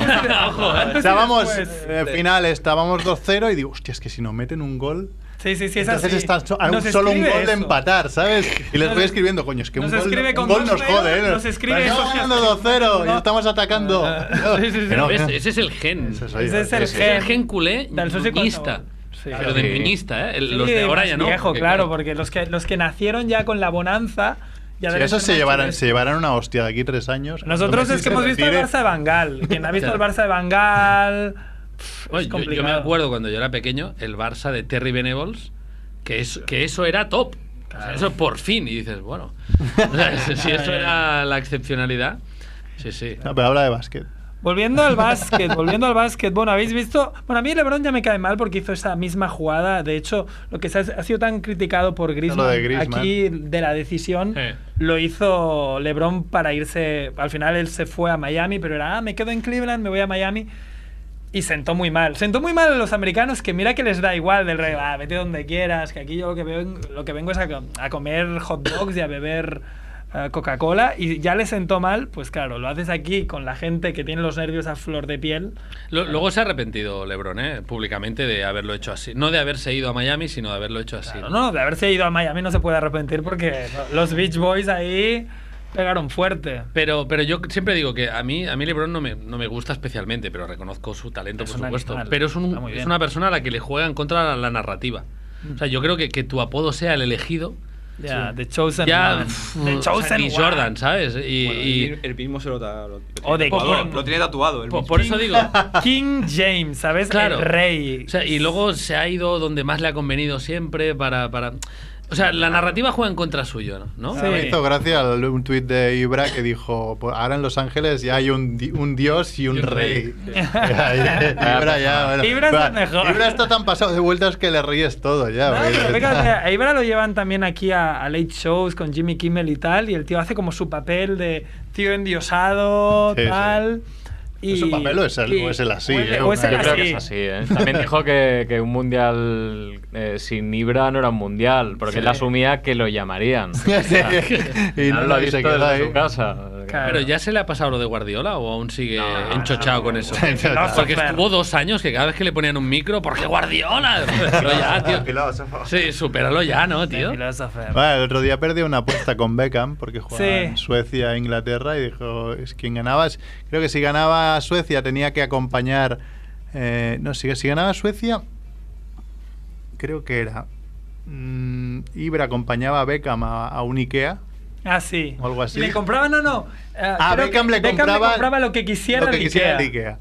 [SPEAKER 1] Antes y
[SPEAKER 2] Estábamos
[SPEAKER 1] después.
[SPEAKER 2] eh, final, estábamos 2-0 y digo, hostia, es que si nos meten un gol,
[SPEAKER 1] Sí, sí, sí, es
[SPEAKER 2] entonces
[SPEAKER 1] así.
[SPEAKER 2] está so- a un-
[SPEAKER 1] Nos
[SPEAKER 2] solo un gol
[SPEAKER 1] escribe
[SPEAKER 2] de
[SPEAKER 1] eso.
[SPEAKER 2] empatar, ¿sabes? Y les
[SPEAKER 1] Nos-
[SPEAKER 2] voy escribiendo, coño, es que un
[SPEAKER 1] nos
[SPEAKER 2] gol,
[SPEAKER 1] escribe
[SPEAKER 2] un
[SPEAKER 1] con
[SPEAKER 2] gol
[SPEAKER 1] dos
[SPEAKER 2] nos
[SPEAKER 1] dedos,
[SPEAKER 2] jode, ¿eh?
[SPEAKER 1] nos escribe
[SPEAKER 2] Pero
[SPEAKER 1] eso,
[SPEAKER 2] Estamos ganando 2-0
[SPEAKER 1] No.
[SPEAKER 2] y estamos atacando.
[SPEAKER 1] Ah, sí, sí, sí.
[SPEAKER 2] Que no,
[SPEAKER 7] ¿Ves?
[SPEAKER 2] que no.
[SPEAKER 7] Ese es el gen.
[SPEAKER 2] Ese soy yo,
[SPEAKER 1] Ese es el
[SPEAKER 2] sí,
[SPEAKER 7] Es el
[SPEAKER 1] gen.
[SPEAKER 7] gen culé
[SPEAKER 1] Del socio cual
[SPEAKER 7] niñista.
[SPEAKER 1] sabor. Sí.
[SPEAKER 7] Pero de
[SPEAKER 2] Sí.
[SPEAKER 7] niñista, ¿eh? El-
[SPEAKER 1] Sí,
[SPEAKER 7] los de ahora
[SPEAKER 1] más
[SPEAKER 7] ya no.
[SPEAKER 1] viejo,
[SPEAKER 7] porque,
[SPEAKER 1] claro, porque los que, los que nacieron ya con la bonanza. Ya
[SPEAKER 2] Si
[SPEAKER 1] deben
[SPEAKER 2] esos
[SPEAKER 1] ser
[SPEAKER 2] se
[SPEAKER 1] más
[SPEAKER 2] llevaran,
[SPEAKER 1] chavales.
[SPEAKER 2] se llevaran una hostia de aquí tres años.
[SPEAKER 1] Nosotros
[SPEAKER 2] cuando Messi
[SPEAKER 1] es que
[SPEAKER 2] se
[SPEAKER 1] hemos visto el
[SPEAKER 2] retire-
[SPEAKER 1] Barça de Bangal. Quien ha visto el
[SPEAKER 7] Claro.
[SPEAKER 1] Barça de Bangal.
[SPEAKER 7] Oye, yo- yo, me
[SPEAKER 1] complicado.
[SPEAKER 7] acuerdo cuando yo era pequeño, el Barça de Terry Venables, que, es, que eso era top. O sea, eso por fin. Y dices, bueno. O sea, si- si eso era la excepcionalidad. Sí, sí.
[SPEAKER 2] No, pero habla de básquet.
[SPEAKER 1] Volviendo al básquet, volviendo al básquet. Bueno, habéis visto. Bueno, a mí LeBron ya me cae mal porque hizo esa misma jugada. De hecho, lo que se ha, ha sido tan criticado por Griezmann,
[SPEAKER 2] de Griezmann.
[SPEAKER 1] aquí de la decisión,
[SPEAKER 7] Sí.
[SPEAKER 1] lo hizo LeBron para irse. Al final él se fue a Miami, pero era, ah, me quedo en Cleveland, me voy a Miami. Y sentó muy mal. Sentó muy mal a los americanos que mira que les da igual del rey, "Ah, vete donde quieras, que aquí yo lo que, ven- lo que vengo es a, com- a comer hot dogs y a beber eh, Coca-Cola. Y ya le sentó mal, pues claro, lo haces aquí con la gente que tiene los nervios a flor de piel.
[SPEAKER 7] Lo- luego se ha arrepentido LeBron, ¿eh? Públicamente de haberlo hecho así. No de haberse ido a Miami, sino de haberlo hecho así.
[SPEAKER 1] Claro, no, de haberse ido a Miami no se puede arrepentir porque los Beach Boys ahí pegaron fuerte.
[SPEAKER 7] Pero, pero yo siempre digo que a mí, a mí LeBron no me, no me gusta especialmente, pero reconozco su talento,
[SPEAKER 1] Es
[SPEAKER 7] por
[SPEAKER 1] un
[SPEAKER 7] supuesto.
[SPEAKER 1] animal,
[SPEAKER 7] Pero es, un-
[SPEAKER 1] está muy
[SPEAKER 7] es
[SPEAKER 1] bien. Mm.
[SPEAKER 7] una persona a la que le juega en contra la, la narrativa. O sea, yo creo que, que tu apodo sea el elegido.
[SPEAKER 1] Ya, The Chosen
[SPEAKER 7] ya.
[SPEAKER 1] One.
[SPEAKER 7] pf,
[SPEAKER 1] The
[SPEAKER 7] o sea,
[SPEAKER 1] Chosen
[SPEAKER 7] ni
[SPEAKER 1] One.
[SPEAKER 7] Jordan, ¿sabes? Y.
[SPEAKER 4] Bueno,
[SPEAKER 7] y-
[SPEAKER 4] el, el mismo se lo, ta- lo- lo
[SPEAKER 1] O de
[SPEAKER 4] tiene tatuado,
[SPEAKER 1] King.
[SPEAKER 4] lo tiene tatuado. El
[SPEAKER 7] por,
[SPEAKER 4] mismo.
[SPEAKER 7] por eso digo. o
[SPEAKER 1] King James, ¿sabes?
[SPEAKER 7] Claro.
[SPEAKER 1] El rey.
[SPEAKER 7] sea, y luego se ha ido donde más le ha convenido siempre para. para o sea, la narrativa juega en contra suyo, ¿no? ¿no?
[SPEAKER 1] Sí.
[SPEAKER 2] Me hizo gracia el- un tuit de Ibra que dijo, "Pues ahora en Los Ángeles ya hay un, di- un dios y un
[SPEAKER 7] Y un
[SPEAKER 2] rey.
[SPEAKER 7] rey.
[SPEAKER 2] Ibra ya, bueno,
[SPEAKER 1] Ibra es
[SPEAKER 2] va,
[SPEAKER 1] lo mejor.
[SPEAKER 2] Ibra está tan pasado de vueltas que le ríes todo ya.
[SPEAKER 1] No,
[SPEAKER 2] porque-
[SPEAKER 1] pero fíjate, a Ibra lo llevan también aquí a, a late shows con Jimmy Kimmel y tal, y el tío hace como su papel de tío endiosado,
[SPEAKER 2] Sí, sí.
[SPEAKER 1] tal. Y,
[SPEAKER 2] ¿Es un papel o es el-
[SPEAKER 1] y-
[SPEAKER 2] o es el así,
[SPEAKER 1] o el-
[SPEAKER 2] eh?
[SPEAKER 1] o es el
[SPEAKER 3] Yo creo
[SPEAKER 1] así.
[SPEAKER 3] que es así, ¿eh? También dijo que, que un mundial eh, sin Ibra no era un mundial, porque él asumía que lo llamarían.
[SPEAKER 2] y no lo
[SPEAKER 3] ha
[SPEAKER 2] ha
[SPEAKER 3] visto
[SPEAKER 2] se queda
[SPEAKER 3] desde
[SPEAKER 2] ahí.
[SPEAKER 3] su casa.
[SPEAKER 1] Claro.
[SPEAKER 7] Pero ya se le ha pasado lo de Guardiola o aún sigue enchochado con eso.
[SPEAKER 2] Enchochado.
[SPEAKER 7] Porque
[SPEAKER 1] Súper.
[SPEAKER 7] estuvo dos años que cada vez que le ponían un micro, ¿por qué Guardiola? Pero ya, tío.
[SPEAKER 5] Filósofo.
[SPEAKER 7] Sí, supéralo ya, ¿no, tío?
[SPEAKER 1] Philosopher.
[SPEAKER 2] Bueno, el otro día perdí una apuesta con Beckham porque jugaba
[SPEAKER 1] Sí.
[SPEAKER 2] en Suecia e Inglaterra y dijo, es quien ganaba, es- creo que si ganaba Suecia tenía que acompañar, eh, no, si, si ganaba Suecia, creo que era, mm, Ibra acompañaba a Beckham a, a un Ikea
[SPEAKER 1] Ah, sí.
[SPEAKER 2] o algo así.
[SPEAKER 1] Y le compraba, no, no. eh, creo
[SPEAKER 2] a Ah, Beckham
[SPEAKER 1] que
[SPEAKER 2] le compraba,
[SPEAKER 1] lo que quisiera
[SPEAKER 2] lo que
[SPEAKER 1] el
[SPEAKER 2] quisiera
[SPEAKER 1] Ikea.
[SPEAKER 2] el Ikea.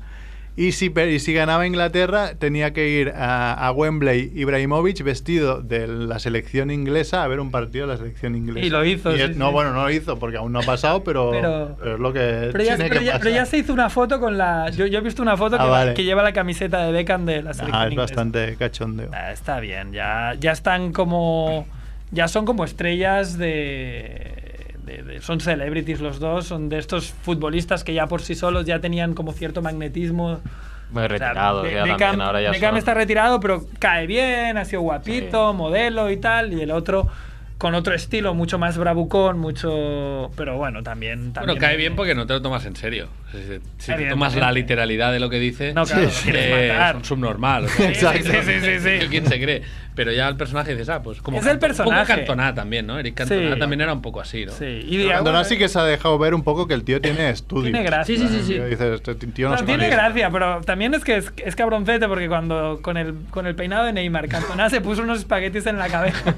[SPEAKER 2] Y si, per- y si ganaba Inglaterra, tenía que ir a, a Wembley Ibrahimovic vestido de la selección inglesa a ver un partido de la selección inglesa.
[SPEAKER 1] Y lo hizo,
[SPEAKER 2] Y
[SPEAKER 1] sí,
[SPEAKER 2] es-
[SPEAKER 1] sí.
[SPEAKER 2] no, bueno, no lo hizo porque aún no ha pasado, pero,
[SPEAKER 1] Pero-
[SPEAKER 2] pero es lo que
[SPEAKER 1] Pero ya,
[SPEAKER 2] tiene
[SPEAKER 1] pero
[SPEAKER 2] que
[SPEAKER 1] ya-
[SPEAKER 2] pasar.
[SPEAKER 1] pero ya se hizo una foto con la. Yo, yo he visto una foto
[SPEAKER 2] Ah,
[SPEAKER 1] que, va-
[SPEAKER 2] vale.
[SPEAKER 1] que lleva la camiseta de Beckham de la selección.
[SPEAKER 2] Ah, es
[SPEAKER 1] inglesa.
[SPEAKER 2] bastante cachondeo.
[SPEAKER 1] Ah, está bien, ya, ya están como. Ya son como estrellas de, de- de- Son celebrities los dos, son de estos futbolistas que ya por sí solos ya tenían como cierto magnetismo.
[SPEAKER 3] Muy
[SPEAKER 1] O sea,
[SPEAKER 3] retirado,
[SPEAKER 1] Be-
[SPEAKER 3] ya
[SPEAKER 1] Beckham-
[SPEAKER 3] también, ahora ya
[SPEAKER 1] Beckham
[SPEAKER 3] son-
[SPEAKER 1] está retirado, pero cae bien, ha sido guapito, modelo y tal, y el otro con otro estilo, mucho más bravucón, mucho. Pero bueno, también. también
[SPEAKER 7] Bueno, cae bien porque no te lo tomas en serio. Si- Si, si te
[SPEAKER 1] Evidentemente.
[SPEAKER 7] tomas la literalidad de lo que dice,
[SPEAKER 1] No, claro,
[SPEAKER 7] eh,
[SPEAKER 1] lo quieres matar.
[SPEAKER 7] es un subnormal. o sea,
[SPEAKER 2] Exacto.
[SPEAKER 7] Sí, sí, sí, sí, sí. ¿Quién se cree? Pero ya el personaje dices, ah, pues como.
[SPEAKER 1] Es el
[SPEAKER 7] Cantona. Un
[SPEAKER 1] personaje.
[SPEAKER 7] poco Cantona también, ¿no? Eric Cantona
[SPEAKER 1] Sí.
[SPEAKER 7] también era un poco así, ¿no?
[SPEAKER 1] Sí, y
[SPEAKER 2] Pero
[SPEAKER 1] digamos-
[SPEAKER 2] Cantona sí que se ha dejado ver un poco que el tío tiene estudios.
[SPEAKER 1] Tiene gracia. Sí, sí,
[SPEAKER 7] sí, sí.
[SPEAKER 2] Que Dices, este tío no
[SPEAKER 1] No,
[SPEAKER 2] se
[SPEAKER 1] tiene
[SPEAKER 2] maneja.
[SPEAKER 1] gracia, pero también es que es, es cabroncete porque cuando con el, con el peinado de Neymar, Cantona se puso unos espaguetis en la cabeza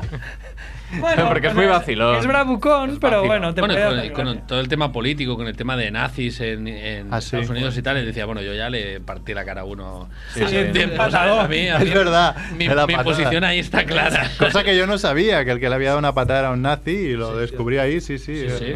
[SPEAKER 3] Bueno, porque es muy vacilón.
[SPEAKER 1] Es bravucón, pero bueno, te puede
[SPEAKER 7] con,
[SPEAKER 1] hacer
[SPEAKER 7] con
[SPEAKER 1] gracia.
[SPEAKER 7] todo el tema político, con el tema de nazis en, en
[SPEAKER 2] Ah, sí.
[SPEAKER 7] Estados Unidos y tal, él decía, bueno, yo ya le partí la cara a uno.
[SPEAKER 2] Sí,
[SPEAKER 7] hace
[SPEAKER 2] sí,
[SPEAKER 7] un
[SPEAKER 2] sí.
[SPEAKER 7] tiempo,
[SPEAKER 1] Patadón.
[SPEAKER 7] ¿sabes? A mí- a mí-
[SPEAKER 2] Es verdad,
[SPEAKER 7] Mi,
[SPEAKER 2] de la
[SPEAKER 7] mi
[SPEAKER 2] patada.
[SPEAKER 7] posición ahí está clara.
[SPEAKER 2] Cosa que yo no sabía, que el que le había dado una patada era un nazi y lo descubrí ahí, sí, sí.
[SPEAKER 7] Sí,
[SPEAKER 2] eh.
[SPEAKER 7] sí.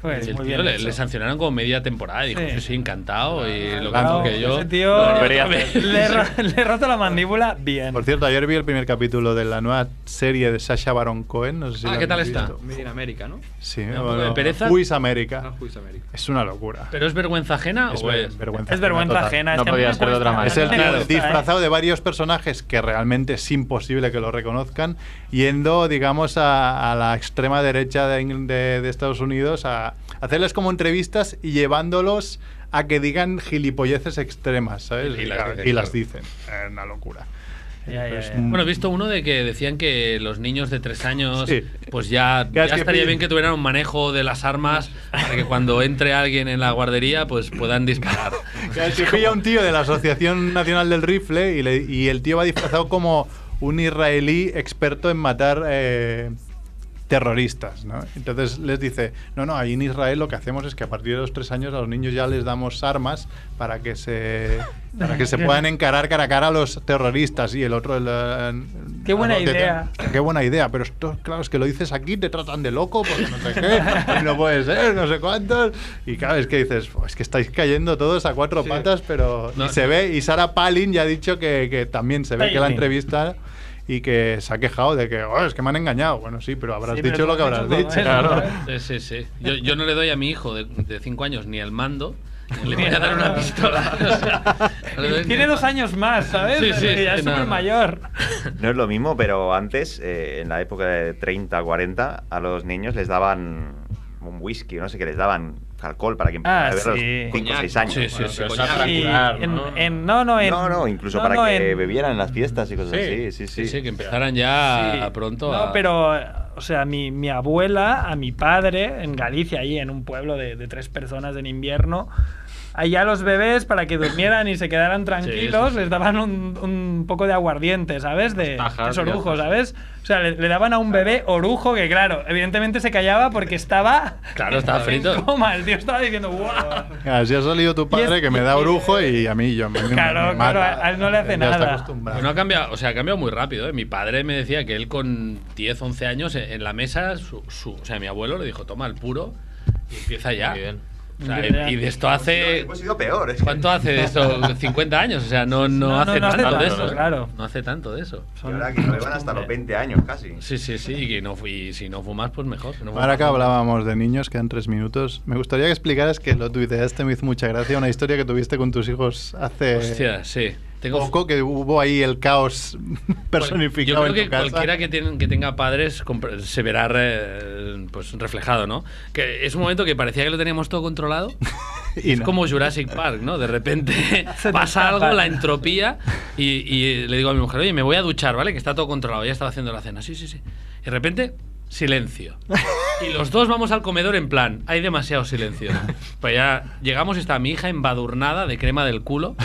[SPEAKER 1] Pues,
[SPEAKER 7] El
[SPEAKER 1] muy
[SPEAKER 7] tío
[SPEAKER 1] bien
[SPEAKER 7] le,
[SPEAKER 1] hecho.
[SPEAKER 7] le sancionaron como media temporada y dijo,
[SPEAKER 1] Sí.
[SPEAKER 7] sí, sí, encantado. Y lo
[SPEAKER 1] Claro,
[SPEAKER 7] mismo que yo.
[SPEAKER 1] Ese tío
[SPEAKER 7] lo
[SPEAKER 3] volvería
[SPEAKER 7] haría
[SPEAKER 3] a
[SPEAKER 7] otra
[SPEAKER 3] hacer.
[SPEAKER 7] vez.
[SPEAKER 1] le, he ro- le he roto la mandíbula bien.
[SPEAKER 2] Por cierto, ayer vi el primer capítulo de la nueva serie de Sasha Baron Cohen. No sé si
[SPEAKER 7] Ah,
[SPEAKER 2] la
[SPEAKER 7] ¿qué tal
[SPEAKER 2] habéis
[SPEAKER 7] está?
[SPEAKER 2] visto.
[SPEAKER 4] Made in America, ¿no?
[SPEAKER 2] Sí,
[SPEAKER 7] ¿Da un poco
[SPEAKER 2] bueno,
[SPEAKER 7] de pereza?
[SPEAKER 2] Juiz América.
[SPEAKER 4] Ah, Juiz América.
[SPEAKER 2] Es una locura.
[SPEAKER 7] ¿Pero es vergüenza ajena
[SPEAKER 2] es
[SPEAKER 7] o es...?
[SPEAKER 2] vergüenza.
[SPEAKER 1] Es vergüenza
[SPEAKER 2] total.
[SPEAKER 1] ajena. este
[SPEAKER 3] No
[SPEAKER 1] es que a mí
[SPEAKER 3] podía
[SPEAKER 1] me
[SPEAKER 3] ser de otra
[SPEAKER 1] cuesta-
[SPEAKER 2] Es el
[SPEAKER 1] me
[SPEAKER 2] tío
[SPEAKER 1] gusta, ¿eh?
[SPEAKER 2] disfrazado de varios personajes que realmente es imposible que lo reconozcan, yendo, digamos, a, a la extrema derecha de, Ingl- de- de Estados Unidos a hacerles como entrevistas y llevándolos a que digan gilipolleces extremas, ¿sabes?
[SPEAKER 7] Y las dicen,
[SPEAKER 2] Y las
[SPEAKER 7] claro.
[SPEAKER 2] dicen. Es una locura.
[SPEAKER 1] Ya, ya, ya.
[SPEAKER 7] Bueno, he visto uno de que decían que los niños de tres años,
[SPEAKER 2] Sí.
[SPEAKER 7] pues ya,
[SPEAKER 2] Que
[SPEAKER 7] ya
[SPEAKER 2] es que
[SPEAKER 7] estaría
[SPEAKER 2] piden-
[SPEAKER 7] bien que tuvieran un manejo de las armas para que cuando entre alguien en la guardería, pues puedan disparar.
[SPEAKER 2] Que se pilla un tío de la Asociación Nacional del Rifle y, le- y el tío va disfrazado como un israelí experto en matar eh, terroristas. ¿no? Entonces les dice, no, no, ahí en Israel lo que hacemos es que a partir de los tres años a los niños ya les damos armas para que se, para que se puedan encarar cara a cara a los terroristas. Y el otro... el, eh,
[SPEAKER 1] Qué buena
[SPEAKER 2] te- te-
[SPEAKER 1] idea.
[SPEAKER 2] Qué buena idea, pero esto, claro, es que lo dices aquí, te tratan de loco, porque no sé qué, y no puede ser, no sé cuántos. Y claro, es que dices, "Fua, es que estáis cayendo todos a cuatro patas, pero.
[SPEAKER 7] No.
[SPEAKER 2] Y se ve, y Sara Palin ya ha dicho que, que también se ve que la
[SPEAKER 1] Palin.
[SPEAKER 2] entrevista y que se ha quejado de que, "Oh, es que me han engañado. Bueno, sí, pero habrás
[SPEAKER 1] Sí, pero
[SPEAKER 2] dicho lo
[SPEAKER 1] tú
[SPEAKER 2] que
[SPEAKER 1] has
[SPEAKER 2] habrás
[SPEAKER 1] dicho
[SPEAKER 2] dicho.
[SPEAKER 1] todo eso,
[SPEAKER 2] claro.
[SPEAKER 1] ¿eh?
[SPEAKER 7] Sí, sí, sí. Yo, yo no le doy a mi hijo de, de cinco años ni el mando,
[SPEAKER 2] Mm.
[SPEAKER 7] ni le voy a dar una pistola. O sea, no le doy ni
[SPEAKER 1] Tiene
[SPEAKER 7] el
[SPEAKER 1] dos
[SPEAKER 7] mando.
[SPEAKER 1] años más, ¿sabes?
[SPEAKER 7] Sí, sí,
[SPEAKER 1] ya es
[SPEAKER 7] no,
[SPEAKER 1] súper
[SPEAKER 7] no.
[SPEAKER 1] mayor.
[SPEAKER 5] No es lo mismo, pero antes, eh, en la época de 30, 40, a los niños les daban un whisky, no sé qué, les daban alcohol para que empezaran
[SPEAKER 1] Ah,
[SPEAKER 5] a beber a los
[SPEAKER 1] sí.
[SPEAKER 5] 5 o 6 años.
[SPEAKER 7] Sí, sí,
[SPEAKER 3] Bueno,
[SPEAKER 7] sí.
[SPEAKER 3] pero
[SPEAKER 7] sí,
[SPEAKER 3] eso para
[SPEAKER 1] Y
[SPEAKER 3] curar,
[SPEAKER 1] en-
[SPEAKER 3] ¿no?
[SPEAKER 1] en- no, no, en-
[SPEAKER 5] No, no, incluso
[SPEAKER 1] no,
[SPEAKER 5] para
[SPEAKER 1] no,
[SPEAKER 5] que
[SPEAKER 1] en-
[SPEAKER 5] bebieran en las fiestas y cosas así. Sí, sí.
[SPEAKER 7] Sí, sí, que empezaran ya
[SPEAKER 1] Sí.
[SPEAKER 7] Ah, pronto
[SPEAKER 1] No,
[SPEAKER 7] a...
[SPEAKER 1] pero, o sea, mi, mi abuela, a mi padre, en Galicia, ahí en un pueblo de, de tres personas en invierno, allá los bebés, para que durmieran y se quedaran tranquilos,
[SPEAKER 7] sí.
[SPEAKER 1] les daban un, un poco de aguardiente, ¿sabes? De,
[SPEAKER 3] Tajas,
[SPEAKER 1] de sorujo,
[SPEAKER 3] ya.
[SPEAKER 1] ¿sabes? O sea, le, le daban a un bebé orujo que, claro, evidentemente se callaba porque estaba.
[SPEAKER 7] Claro, estaba
[SPEAKER 1] En
[SPEAKER 7] frito.
[SPEAKER 1] coma, el tío estaba diciendo, ¡guau!
[SPEAKER 2] Así ha salido tu
[SPEAKER 1] Y es-
[SPEAKER 2] padre que me da brujo y a mí yo me, me
[SPEAKER 1] Claro,
[SPEAKER 2] mata.
[SPEAKER 1] claro, a él no le hace
[SPEAKER 2] Ya está
[SPEAKER 1] nada.
[SPEAKER 2] acostumbrado.
[SPEAKER 7] Pero no ha cambiado, o sea, ha cambiado muy rápido. ¿eh? Mi padre me decía que él con 10, 11 años en en la mesa, su, su- o sea, mi abuelo le dijo, toma el puro y empieza ya.
[SPEAKER 3] Muy bien.
[SPEAKER 7] O sea, y, y de esto hace...
[SPEAKER 5] Hemos sido peor. es que-
[SPEAKER 7] ¿Cuánto hace de eso? 50 años, o sea, no,
[SPEAKER 1] No,
[SPEAKER 7] no,
[SPEAKER 1] no,
[SPEAKER 7] hace
[SPEAKER 1] no hace
[SPEAKER 7] tanto de
[SPEAKER 1] tanto,
[SPEAKER 7] eso. ¿eh?
[SPEAKER 1] claro.
[SPEAKER 7] No hace tanto de eso.
[SPEAKER 5] Y ahora que lo beban hasta los 20 años casi.
[SPEAKER 7] Sí, sí, sí, y, que no, fu- y si no fumas, pues mejor. si no
[SPEAKER 2] Ahora
[SPEAKER 7] fumas,
[SPEAKER 2] que
[SPEAKER 7] no.
[SPEAKER 2] hablábamos de niños, quedan tres minutos. Me gustaría que explicaras que lo tuiteaste, me hizo mucha gracia, una historia que tuviste con tus hijos hace
[SPEAKER 7] pues, Hostia, sí. Tengo
[SPEAKER 2] poco, que hubo ahí el caos personificado
[SPEAKER 7] Yo
[SPEAKER 2] en
[SPEAKER 7] creo
[SPEAKER 2] tu
[SPEAKER 7] que
[SPEAKER 2] casa.
[SPEAKER 7] cualquiera que, tiene- que tenga padres compre- se verá re- pues reflejado, ¿no? Que es un momento que parecía que lo teníamos todo controlado.
[SPEAKER 2] Y
[SPEAKER 7] es
[SPEAKER 2] no.
[SPEAKER 7] como Jurassic Park, ¿no? De repente
[SPEAKER 1] Se te
[SPEAKER 7] pasa algo,
[SPEAKER 1] escapa.
[SPEAKER 7] la entropía, y, y le digo a mi mujer, oye, me voy a duchar, ¿vale? Que está todo controlado, ya estaba haciendo la cena. Sí, sí, sí. Y de repente, silencio. Y los dos vamos al comedor en plan, hay demasiado silencio. Pues ya llegamos y está mi hija embadurnada de crema del culo.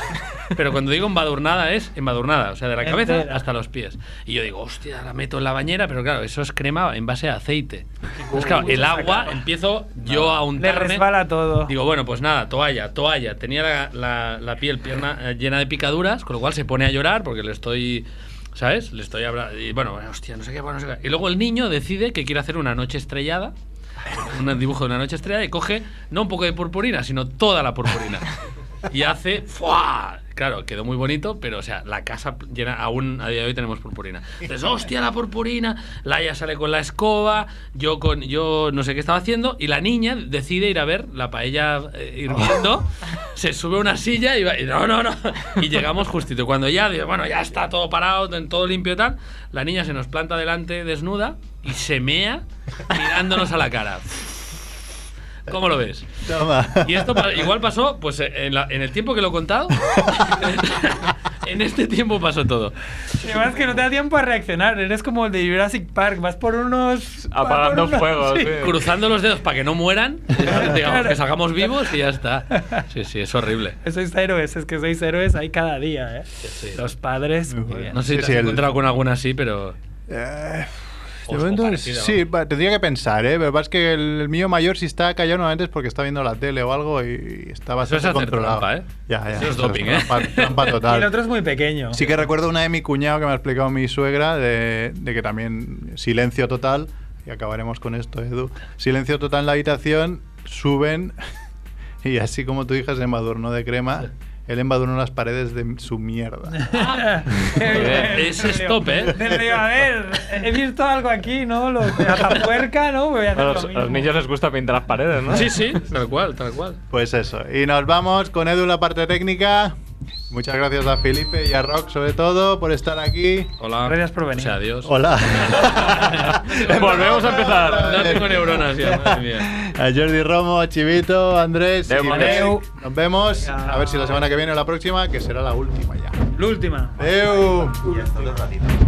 [SPEAKER 7] Pero cuando digo embadurnada es embadurnada, o sea, de la cabeza
[SPEAKER 1] Entera.
[SPEAKER 7] hasta los pies. Y yo digo, hostia, la meto en la bañera, pero claro, eso es crema en base a aceite. Entonces, claro, el agua empiezo yo a
[SPEAKER 1] Le
[SPEAKER 7] untarme.
[SPEAKER 1] resbala todo.
[SPEAKER 7] Digo, bueno, pues nada, toalla, toalla. Tenía la, la- la piel pierna, eh, llena de picaduras, con lo cual se pone a llorar porque le estoy. ¿Sabes? Le estoy hablando. Y bueno, hostia, no sé qué, bueno, no sé qué. Y luego el niño decide que quiere hacer una noche estrellada. Un dibujo de una noche estrellada y coge no un poco de purpurina, sino toda la purpurina. Y hace ¡fua! Claro, quedó muy bonito, pero o sea, la casa llena, aún a día de hoy tenemos purpurina. Entonces, hostia, la purpurina, Laia sale con la escoba, yo con yo no sé qué estaba haciendo, y la niña decide ir a ver la paella eh, hirviendo, se sube a una silla y va, y no, no, no. Y llegamos justito. Cuando ya, digo, bueno, ya está todo parado, todo limpio y tal, la niña se nos planta delante desnuda y se mea mirándonos a la cara. ¿Cómo lo ves?
[SPEAKER 2] Toma.
[SPEAKER 7] Y esto pa- igual pasó, pues eh, en, la- en el tiempo que lo he contado. en este tiempo pasó todo.
[SPEAKER 1] Además que no te da tiempo a reaccionar, eres como el de Jurassic Park, vas por unos...
[SPEAKER 3] Apagando
[SPEAKER 1] vas por unos-
[SPEAKER 3] fuegos, sí.
[SPEAKER 7] Cruzando los dedos para que no mueran, digamos, que salgamos vivos y ya está. Sí, sí, es horrible.
[SPEAKER 1] Sois héroes, es que sois héroes ahí cada día, ¿eh?
[SPEAKER 7] sí.
[SPEAKER 1] Los padres...
[SPEAKER 2] Muy
[SPEAKER 1] muy
[SPEAKER 2] bueno.
[SPEAKER 1] bien.
[SPEAKER 7] No sé si
[SPEAKER 2] Sí,
[SPEAKER 7] te
[SPEAKER 2] sí,
[SPEAKER 7] has
[SPEAKER 2] el-
[SPEAKER 7] encontrado con alguna así, pero.
[SPEAKER 2] Eh,
[SPEAKER 7] O-
[SPEAKER 2] De
[SPEAKER 7] o
[SPEAKER 2] momento,
[SPEAKER 7] parecida,
[SPEAKER 2] sí, va, tendría que pensar, ¿eh? Pero pasa es que el, el mío mayor, si está callado normalmente es porque está viendo la tele o algo y está bastante
[SPEAKER 7] hacer
[SPEAKER 2] controlado.
[SPEAKER 7] trampa, ¿eh?
[SPEAKER 2] Ya, ya,
[SPEAKER 7] Eso es doping, ¿eh?
[SPEAKER 2] Trampa, trampa
[SPEAKER 1] Y el
[SPEAKER 2] total.
[SPEAKER 1] otro es muy pequeño.
[SPEAKER 2] Sí que recuerdo una de mi cuñado que me ha explicado mi suegra de, de que también silencio total, y acabaremos con esto, Edu, silencio total en la habitación, suben y así como tu hija se embadurnó de crema, él embadurnó las paredes de su mierda.
[SPEAKER 7] Es stop, ¿eh?
[SPEAKER 1] Del río, a ver, he visto algo aquí, ¿no? Lo de Atapuerca, ¿no? Voy a
[SPEAKER 3] A
[SPEAKER 1] hacer
[SPEAKER 3] los,
[SPEAKER 1] lo
[SPEAKER 3] a
[SPEAKER 1] mismo.
[SPEAKER 3] los niños les gusta pintar las paredes, ¿no?
[SPEAKER 7] Sí, sí, tal cual, tal cual.
[SPEAKER 2] Pues eso, y nos vamos con Edu en la parte técnica. Muchas gracias a Felipe y a Rock sobre todo por estar aquí.
[SPEAKER 7] Hola.
[SPEAKER 1] Gracias por venir.
[SPEAKER 7] O sea, adiós.
[SPEAKER 2] Hola.
[SPEAKER 3] Volvemos a empezar.
[SPEAKER 7] No tengo neuronas ya, madre mía.
[SPEAKER 2] A Jordi Romo, a Chivito, a Andrés.
[SPEAKER 3] Adeu,
[SPEAKER 2] y
[SPEAKER 3] Andrés.
[SPEAKER 2] Mel.
[SPEAKER 1] Adeu.
[SPEAKER 2] Nos vemos.
[SPEAKER 1] Venga.
[SPEAKER 2] A ver si la semana que viene o la próxima, que será la última ya.
[SPEAKER 1] La última.
[SPEAKER 2] Adeu.
[SPEAKER 5] Y hasta otro ratito.